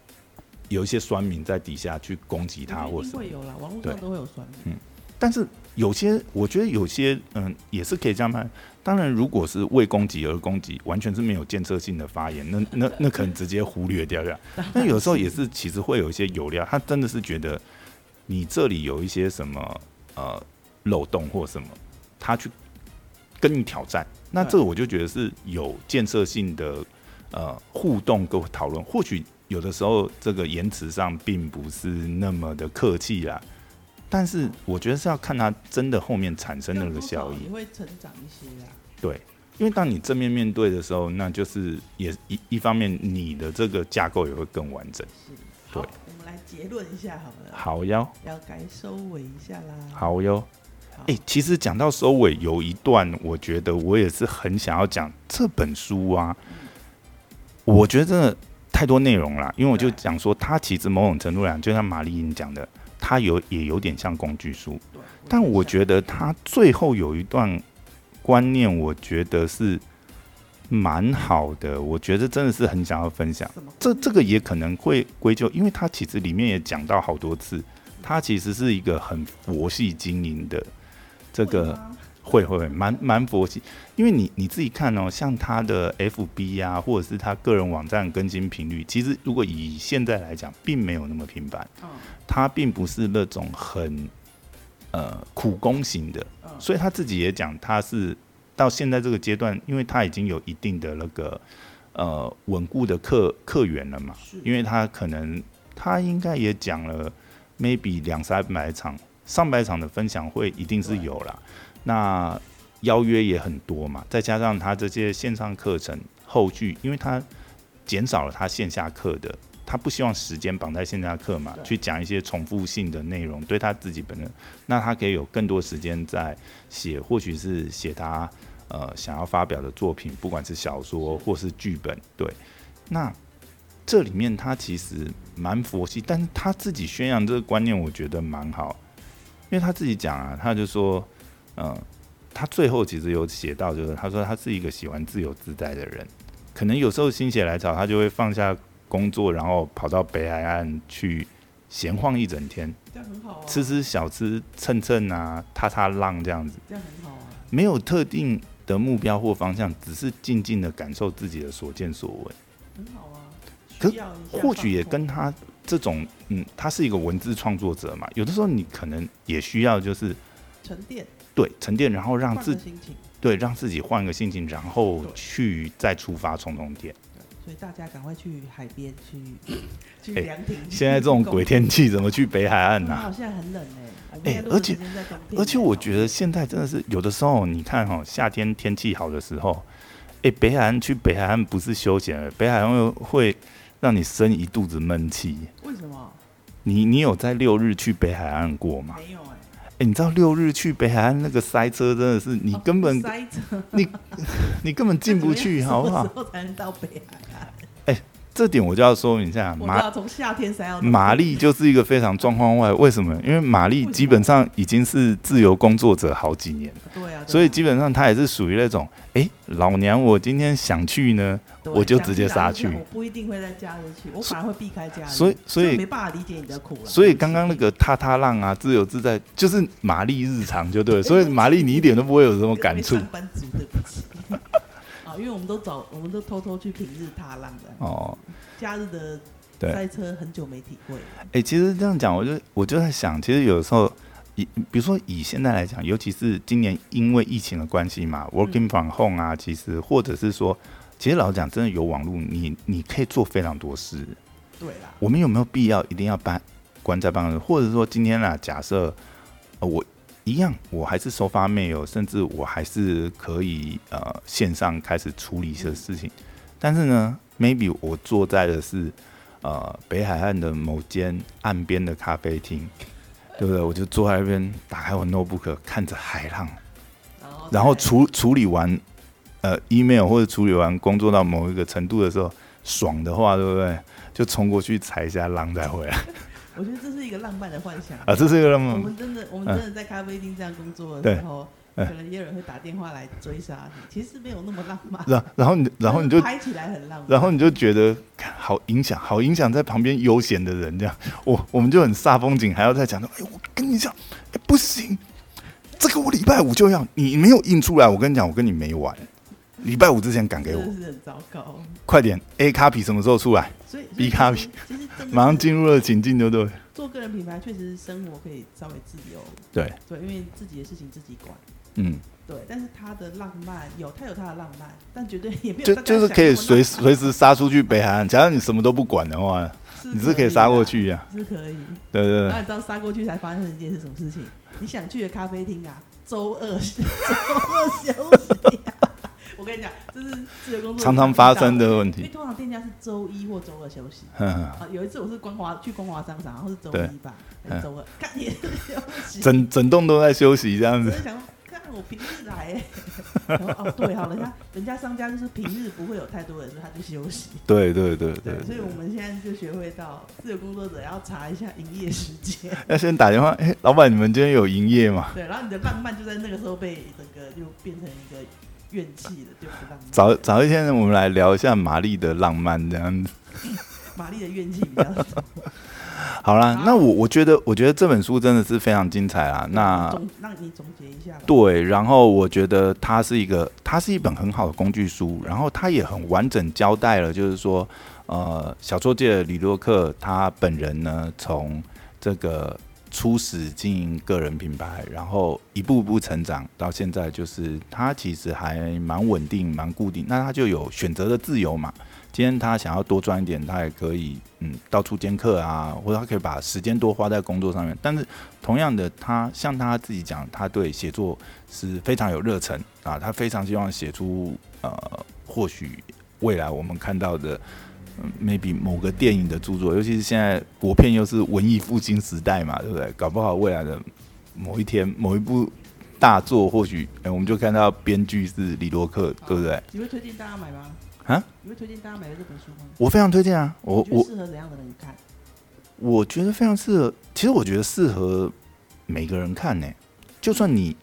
Speaker 1: 有一些酸民在底下去攻击他
Speaker 2: 他
Speaker 1: 或
Speaker 2: 一
Speaker 1: 什么
Speaker 2: 定会。有啦，网络
Speaker 1: 对嗯
Speaker 2: 上都会有酸民。
Speaker 1: 但是有些，我觉得有些，嗯，也是可以这样判。当然，如果是为攻击而攻击，完全是没有建设性的发言，那那那可能直接忽略掉了。那有时候也是，其实会有一些有料，他真的是觉得你这里有一些什么呃漏洞或什么，他去跟你挑战。那
Speaker 2: 对
Speaker 1: 这个我就觉得是有建设性的呃互动跟讨论。或许有的时候这个言辞上并不是那么的客气啦，但是我觉得是要看他真的后面产生的那个效益
Speaker 2: 但多少。也会成长一些啦。
Speaker 1: 对，因为当你正面面对的时候，那就是也一一方面你的这个架构也会更完整。
Speaker 2: 是，好
Speaker 1: 对，
Speaker 2: 我们来结论一下好了，
Speaker 1: 好哟，
Speaker 2: 要该收尾一下啦。
Speaker 1: 好哟，哎、其实讲到收尾有一段，我觉得我也是很想要讲这本书啊。我觉得真的太多内容了，因为我就
Speaker 2: 对
Speaker 1: 讲说，它其实某种程度上，就像玛丽英讲的，它有也有点像工具书，
Speaker 2: 对，
Speaker 1: 但我
Speaker 2: 得
Speaker 1: 觉得它最后有一段观念，我觉得是蛮好的，我觉得真的是很想要分享。
Speaker 2: 什么
Speaker 1: 啊这这个也可能会归咎，因为它其实里面也讲到好多次，它其实是一个很佛系经营的这个。会会会，蛮蛮佛系，因为你你自己看哦，像他的 FB 啊，或者是他个人网站更新频率，其实如果以现在来讲，并没有那么频繁，
Speaker 2: 嗯
Speaker 1: 他并不是那种很呃苦工型的，
Speaker 2: 嗯，
Speaker 1: 所以他自己也讲，他是到现在这个阶段，因为他已经有一定的那个呃稳固的客客源了嘛，
Speaker 2: 是
Speaker 1: 因为他可能他应该也讲了，maybe 两三百场、上百场的分享会一定是有啦。那邀约也很多嘛，再加上他这些线上课程后续，因为他减少了他线下课的，他不希望时间绑在线下课嘛，
Speaker 2: 对
Speaker 1: 去讲一些重复性的内容，对他自己本人，那他可以有更多时间在写，或许是写他呃想要发表的作品，不管是小说或是剧本，对，那。这里面他其实蛮佛系，但是他自己宣扬这个观念，我觉得蛮好，因为他自己讲啊，他就说，嗯、他最后其实有写到，就是他说他是一个喜欢自由自在的人，可能有时候心血来潮，他就会放下工作，然后跑到北海岸去闲晃一整天，
Speaker 2: 这样很好啊，
Speaker 1: 吃吃小吃、蹭蹭啊、踏踏浪这样子，
Speaker 2: 这样很好啊，
Speaker 1: 没有特定的目标或方向，只是静静的感受自己的所见所闻。
Speaker 2: 很好啊。
Speaker 1: 可
Speaker 2: 需要一下
Speaker 1: 或许也
Speaker 2: 放
Speaker 1: 跟
Speaker 2: 空
Speaker 1: 他这种，嗯，他是一个文字创作者嘛，有的时候你可能也需要就是
Speaker 2: 沉淀，
Speaker 1: 对沉淀，然后让
Speaker 2: 换
Speaker 1: 自
Speaker 2: 个心情。
Speaker 1: 对让自己换个心情，然后
Speaker 2: 对
Speaker 1: 去再出发冲冲天。
Speaker 2: 所以大家赶快去海边
Speaker 1: *coughs*
Speaker 2: 去去
Speaker 1: 哎
Speaker 2: 凉亭。
Speaker 1: 现在这种鬼天气，怎么去北海岸啊
Speaker 2: 很
Speaker 1: 呐、
Speaker 2: 好，现在很冷哎、
Speaker 1: 哎
Speaker 2: 哎、
Speaker 1: 而且而且我觉
Speaker 2: 得
Speaker 1: 得现在真的是有的时候，你看哈、哦，夏天天气好的时候，哎，北海岸去北海岸不是休闲了，北海岸会会让你生一肚子闷气。
Speaker 2: 为什么
Speaker 1: 你你有在六日去北海岸过吗？
Speaker 2: 没有哎、
Speaker 1: 哎、你知道六日去北海岸那个塞车真的是，你
Speaker 2: 哦
Speaker 1: 根本、
Speaker 2: 塞车
Speaker 1: 你根本 *laughs* 进不
Speaker 2: *laughs*
Speaker 1: 去，好不好
Speaker 2: 什？么时候才能到北海岸？
Speaker 1: 这点我就要说明一下，
Speaker 2: 我知
Speaker 1: 玛
Speaker 2: 道从夏天塞到
Speaker 1: 玛丽就是一个非常状况外，为什么？因为玛丽
Speaker 2: 为什么
Speaker 1: 基本上已经是自由工作者好几年，
Speaker 2: 对啊，对啊
Speaker 1: 所以基本上她也是属于那种，哎、老娘我今天想去呢，
Speaker 2: 对
Speaker 1: 我就
Speaker 2: 想
Speaker 1: 直接
Speaker 2: 去哪
Speaker 1: 杀
Speaker 2: 就去哪
Speaker 1: 去
Speaker 2: 我不一定会在假日去，我反而会避开假日，
Speaker 1: 所以所以
Speaker 2: 没办法理解你的苦了。
Speaker 1: 所以刚刚那个踏踏浪啊，自由自在，就是玛丽日常就对了。所以玛丽你一点都不会有什么感触
Speaker 2: 上班族对不起 *laughs* 啊，因为我们都早，我们都偷偷去平日踏浪的，
Speaker 1: 哦。
Speaker 2: 假日的
Speaker 1: 对
Speaker 2: 塞车很久没体会了。
Speaker 1: 哎、其实这样讲，我就我就在想，其实有时候以比如说以现在来讲，尤其是今年因为疫情的关系嘛，working from home 啊，其实或者是说，其实老实讲，真的有网络，你你可以做非常多事。
Speaker 2: 对啦，
Speaker 1: 我们有没有必要一定要搬关在办公室？或者说今天啊，假设、呃、我一样，我还是收发 mail，甚至我还是可以呃线上开始处理一些事情。但是呢，maybe 我坐在的是呃北海岸的某间岸边的咖啡厅，对不对？我就坐在那边，打开我 notebook，看着海浪，
Speaker 2: 然后
Speaker 1: 然后
Speaker 2: 再
Speaker 1: 处处理完呃 email 或者处理完工作到某一个程度的时候，爽的话，对不对？就冲过去踩一下浪再回来
Speaker 2: 我觉得这是一个浪漫的幻想
Speaker 1: 啊，这是一个那
Speaker 2: 我
Speaker 1: 么
Speaker 2: 们真的，我们
Speaker 1: 嗯
Speaker 2: 真的在咖啡厅这样工作的时候，
Speaker 1: 对嗯
Speaker 2: 可能也有人会打电话来追杀你，其实没有那么浪漫。
Speaker 1: 然然后你然后你就
Speaker 2: 但是拍起来很浪漫，
Speaker 1: 然后你就觉得看好影响，好影响在旁边悠闲的人这样，我我们就很煞风景，还要再讲说，哎，我跟你讲，哎，不行，这个我礼拜五就要，你没有印出来，我跟你讲，我跟你没完，礼拜五之前赶给我
Speaker 2: 真，的是很糟糕。
Speaker 1: 快点，A 卡比什么时候出来？
Speaker 2: 所以所以
Speaker 1: B 咖啡
Speaker 2: 其实其实真
Speaker 1: 马上
Speaker 2: 的
Speaker 1: 进
Speaker 2: 是
Speaker 1: 入了情境，对不对？
Speaker 2: 做个人品牌，确实生活可以稍微自由，
Speaker 1: 对，
Speaker 2: 对，因为自己的事情自己管。
Speaker 1: 嗯，
Speaker 2: 对，但是他的浪漫有，他有他的浪漫，但绝对也没有
Speaker 1: *laughs* 就
Speaker 2: 大家
Speaker 1: 就是
Speaker 2: 想
Speaker 1: 可以
Speaker 2: 那么浪
Speaker 1: 随随时杀出去北海岸，假如你什么都不管的话，
Speaker 2: 是
Speaker 1: 你是可以杀过
Speaker 2: 的，
Speaker 1: 去呀、
Speaker 2: 是可以。
Speaker 1: 对对
Speaker 2: 然后
Speaker 1: 对，
Speaker 2: 你知道杀过去才发生一件是什么事情？你想去的咖啡厅啊，周二周二休息、啊。我跟 *laughs* 跟你讲，这是自由工作
Speaker 1: 常常发生
Speaker 2: 的
Speaker 1: 的问
Speaker 2: 遇到，因为
Speaker 1: 题。
Speaker 2: 通常店家是周一或周二休息。
Speaker 1: 嗯，
Speaker 2: 啊，有一次我是光华去光华商场，然后是周
Speaker 1: 对
Speaker 2: 一吧，还是周二，看你休息，
Speaker 1: 整整栋都在休息这样
Speaker 2: 我
Speaker 1: 子。
Speaker 2: 就想说，看我平日来、欸， *laughs* 然后哦对，好，人家人家商家就是平日不会有太多人，所以他就休息。
Speaker 1: 对对对对
Speaker 2: 对，，所以我们现在就学会到自由工作者要查一下营业时间，
Speaker 1: 要先打电话，哎、老板，你们今天有营业吗？
Speaker 2: 对，然后你的浪漫就在那个时候被整个就变成一个怨气了，就不浪漫。
Speaker 1: 早早一天，我们来聊一下玛丽的浪漫这样子。
Speaker 2: 玛丽的怨气比较重，
Speaker 1: 好啦
Speaker 2: 好，
Speaker 1: 那我我觉得，我觉得这本书真的是非常精彩啦。 *laughs* 那
Speaker 2: *laughs* 总让你总结一下吧。
Speaker 1: 对，然后我觉得它是一个，它是一本很好的工具书，然后它也很完整交代了，就是说，呃，小说界的李洛克他本人呢，从这个初始经营个人品牌，然后一步步成长到现在，就是他其实还蛮稳定、蛮固定，那他就有选择的自由嘛。今天他想要多赚一点，他也可以，嗯，到处兼课啊，或者他可以把时间多花在工作上面。但是同样的，他像他自己讲，他对写作是非常有热忱啊，他非常希望写出呃，或许未来我们看到的、嗯 maybe 某个电影的著作，尤其是现在国片又是文艺复兴时代嘛，对不对？搞不好未来的某一天某一部大作，或许哎、我们就看到编剧是李洛克，对不对？
Speaker 2: 你会推荐大家买吗？
Speaker 1: 啊？
Speaker 2: 你会推荐大家买这本书吗？
Speaker 1: 我非常推荐啊，我
Speaker 2: 你觉得
Speaker 1: 我
Speaker 2: 适合怎样的人看？
Speaker 1: 我觉得非常适合，其实我觉得适合每个人看呢、就算你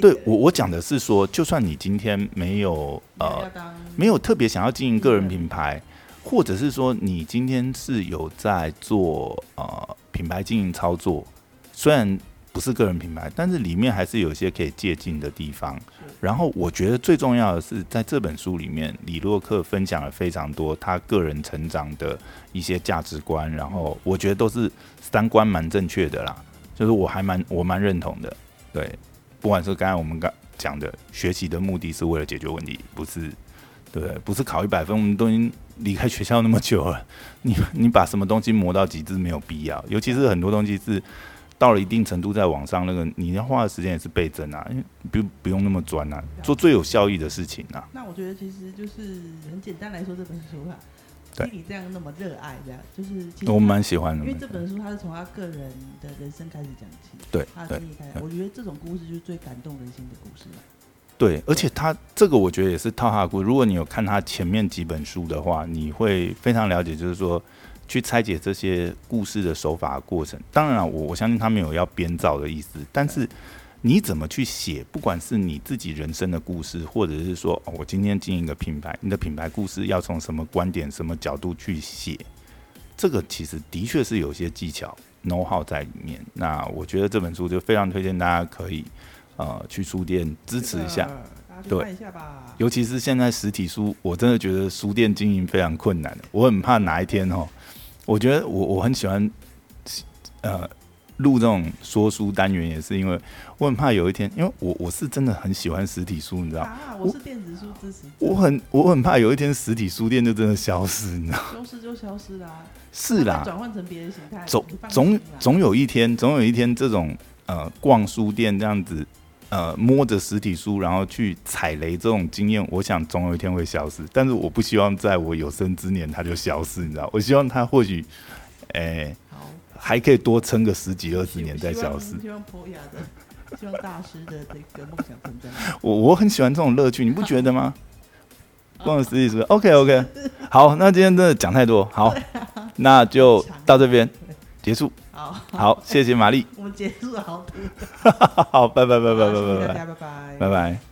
Speaker 1: 对我我讲的是说，就算你今天没有呃
Speaker 2: 要当
Speaker 1: 没有特别想要经营个人品牌，或者是说你今天是有在做呃品牌经营操作，虽然不是个人品牌，但是里面还是有一些可以借鉴的地方。然后我觉得最重要的是，在这本书里面，李洛克分享了非常多他个人成长的一些价值观，然后我觉得都是三观蛮正确的啦，就是我还蛮我蛮认同的。对，不管是刚才我们刚讲的，学习的目的是为了解决问题，不是对不对？不是考一百分，我们都已经离开学校那么久了， *laughs* 你你把什么东西磨到极致没有必要，尤其是很多东西是。到了一定程度，在网上那个你要花的时间也是倍增啊，因为不不用那么专啊，做最有效益的事情啊。
Speaker 2: 那我觉得其实就是很简单来说，这本书啦，
Speaker 1: 对
Speaker 2: 听你这样那么热爱，这样就是其实
Speaker 1: 我蛮喜欢
Speaker 2: 因
Speaker 1: 的
Speaker 2: 为，这本书他是从他个人的人生开始讲起，
Speaker 1: 对
Speaker 2: 他的
Speaker 1: 对
Speaker 2: 经历开始，我觉得这种故事就是最感动人心的故事了。
Speaker 1: 对，而且他这个我觉得也是套哈故。如果你有看他前面几本书的话，你会非常了解，就是说去拆解这些故事的手法的过程。当然了，啊我我相信他没有要编造的意思，但是你怎么去写，不管是你自己人生的故事，或者是说、哦我今天经营一个品牌，你的品牌故事要从什么观点、什么角度去写，这个其实的确是有些技巧、know how 在里面。那我觉得这本书就非常推荐大家可以。呃，去书店支持一下，
Speaker 2: 这个，大家去
Speaker 1: 对
Speaker 2: 看一下吧。
Speaker 1: 尤其是现在实体书，我真的觉得书店经营非常困难。我很怕哪一天哦，我觉得我我很喜欢，呃，录这种说书单元，也是因为我很怕有一天，因为我我是真的很喜欢实体书，你知道，
Speaker 2: 啊，我是电子书支持者，
Speaker 1: 我很我很怕有一天实体书店就真的消失，你
Speaker 2: *laughs*
Speaker 1: 知道？
Speaker 2: 消失就消失啦，
Speaker 1: *laughs* 是
Speaker 2: 它
Speaker 1: 啦，
Speaker 2: 转换成别的形态，
Speaker 1: 总
Speaker 2: 哎你放心
Speaker 1: 总
Speaker 2: 啦
Speaker 1: 总有一天，总有一天这种呃逛书店这样子，呃摸着实体书然后去踩雷这种经验，我想总有一天会消失。但是我不希望在我有生之年它就消失，你知道？我希望它或许，哎、
Speaker 2: 好，
Speaker 1: 还可以多撑个十几二
Speaker 2: 希
Speaker 1: 十年再
Speaker 2: 希望啊
Speaker 1: 消失。
Speaker 2: 希望博雅的，希望大师的这个梦想成真。
Speaker 1: 我我很喜欢这种乐趣，你不觉得
Speaker 2: *laughs*
Speaker 1: 吗？逛了实体书，OK OK，好，那今天真的讲太多，
Speaker 2: *laughs*
Speaker 1: 好，那就到这边结束。
Speaker 2: 好，
Speaker 1: 好，谢谢玛丽， *laughs*
Speaker 2: 我们结束了，好，
Speaker 1: 好，拜拜拜拜拜
Speaker 2: 谢谢
Speaker 1: 拜拜
Speaker 2: 大家，拜拜，
Speaker 1: 拜拜。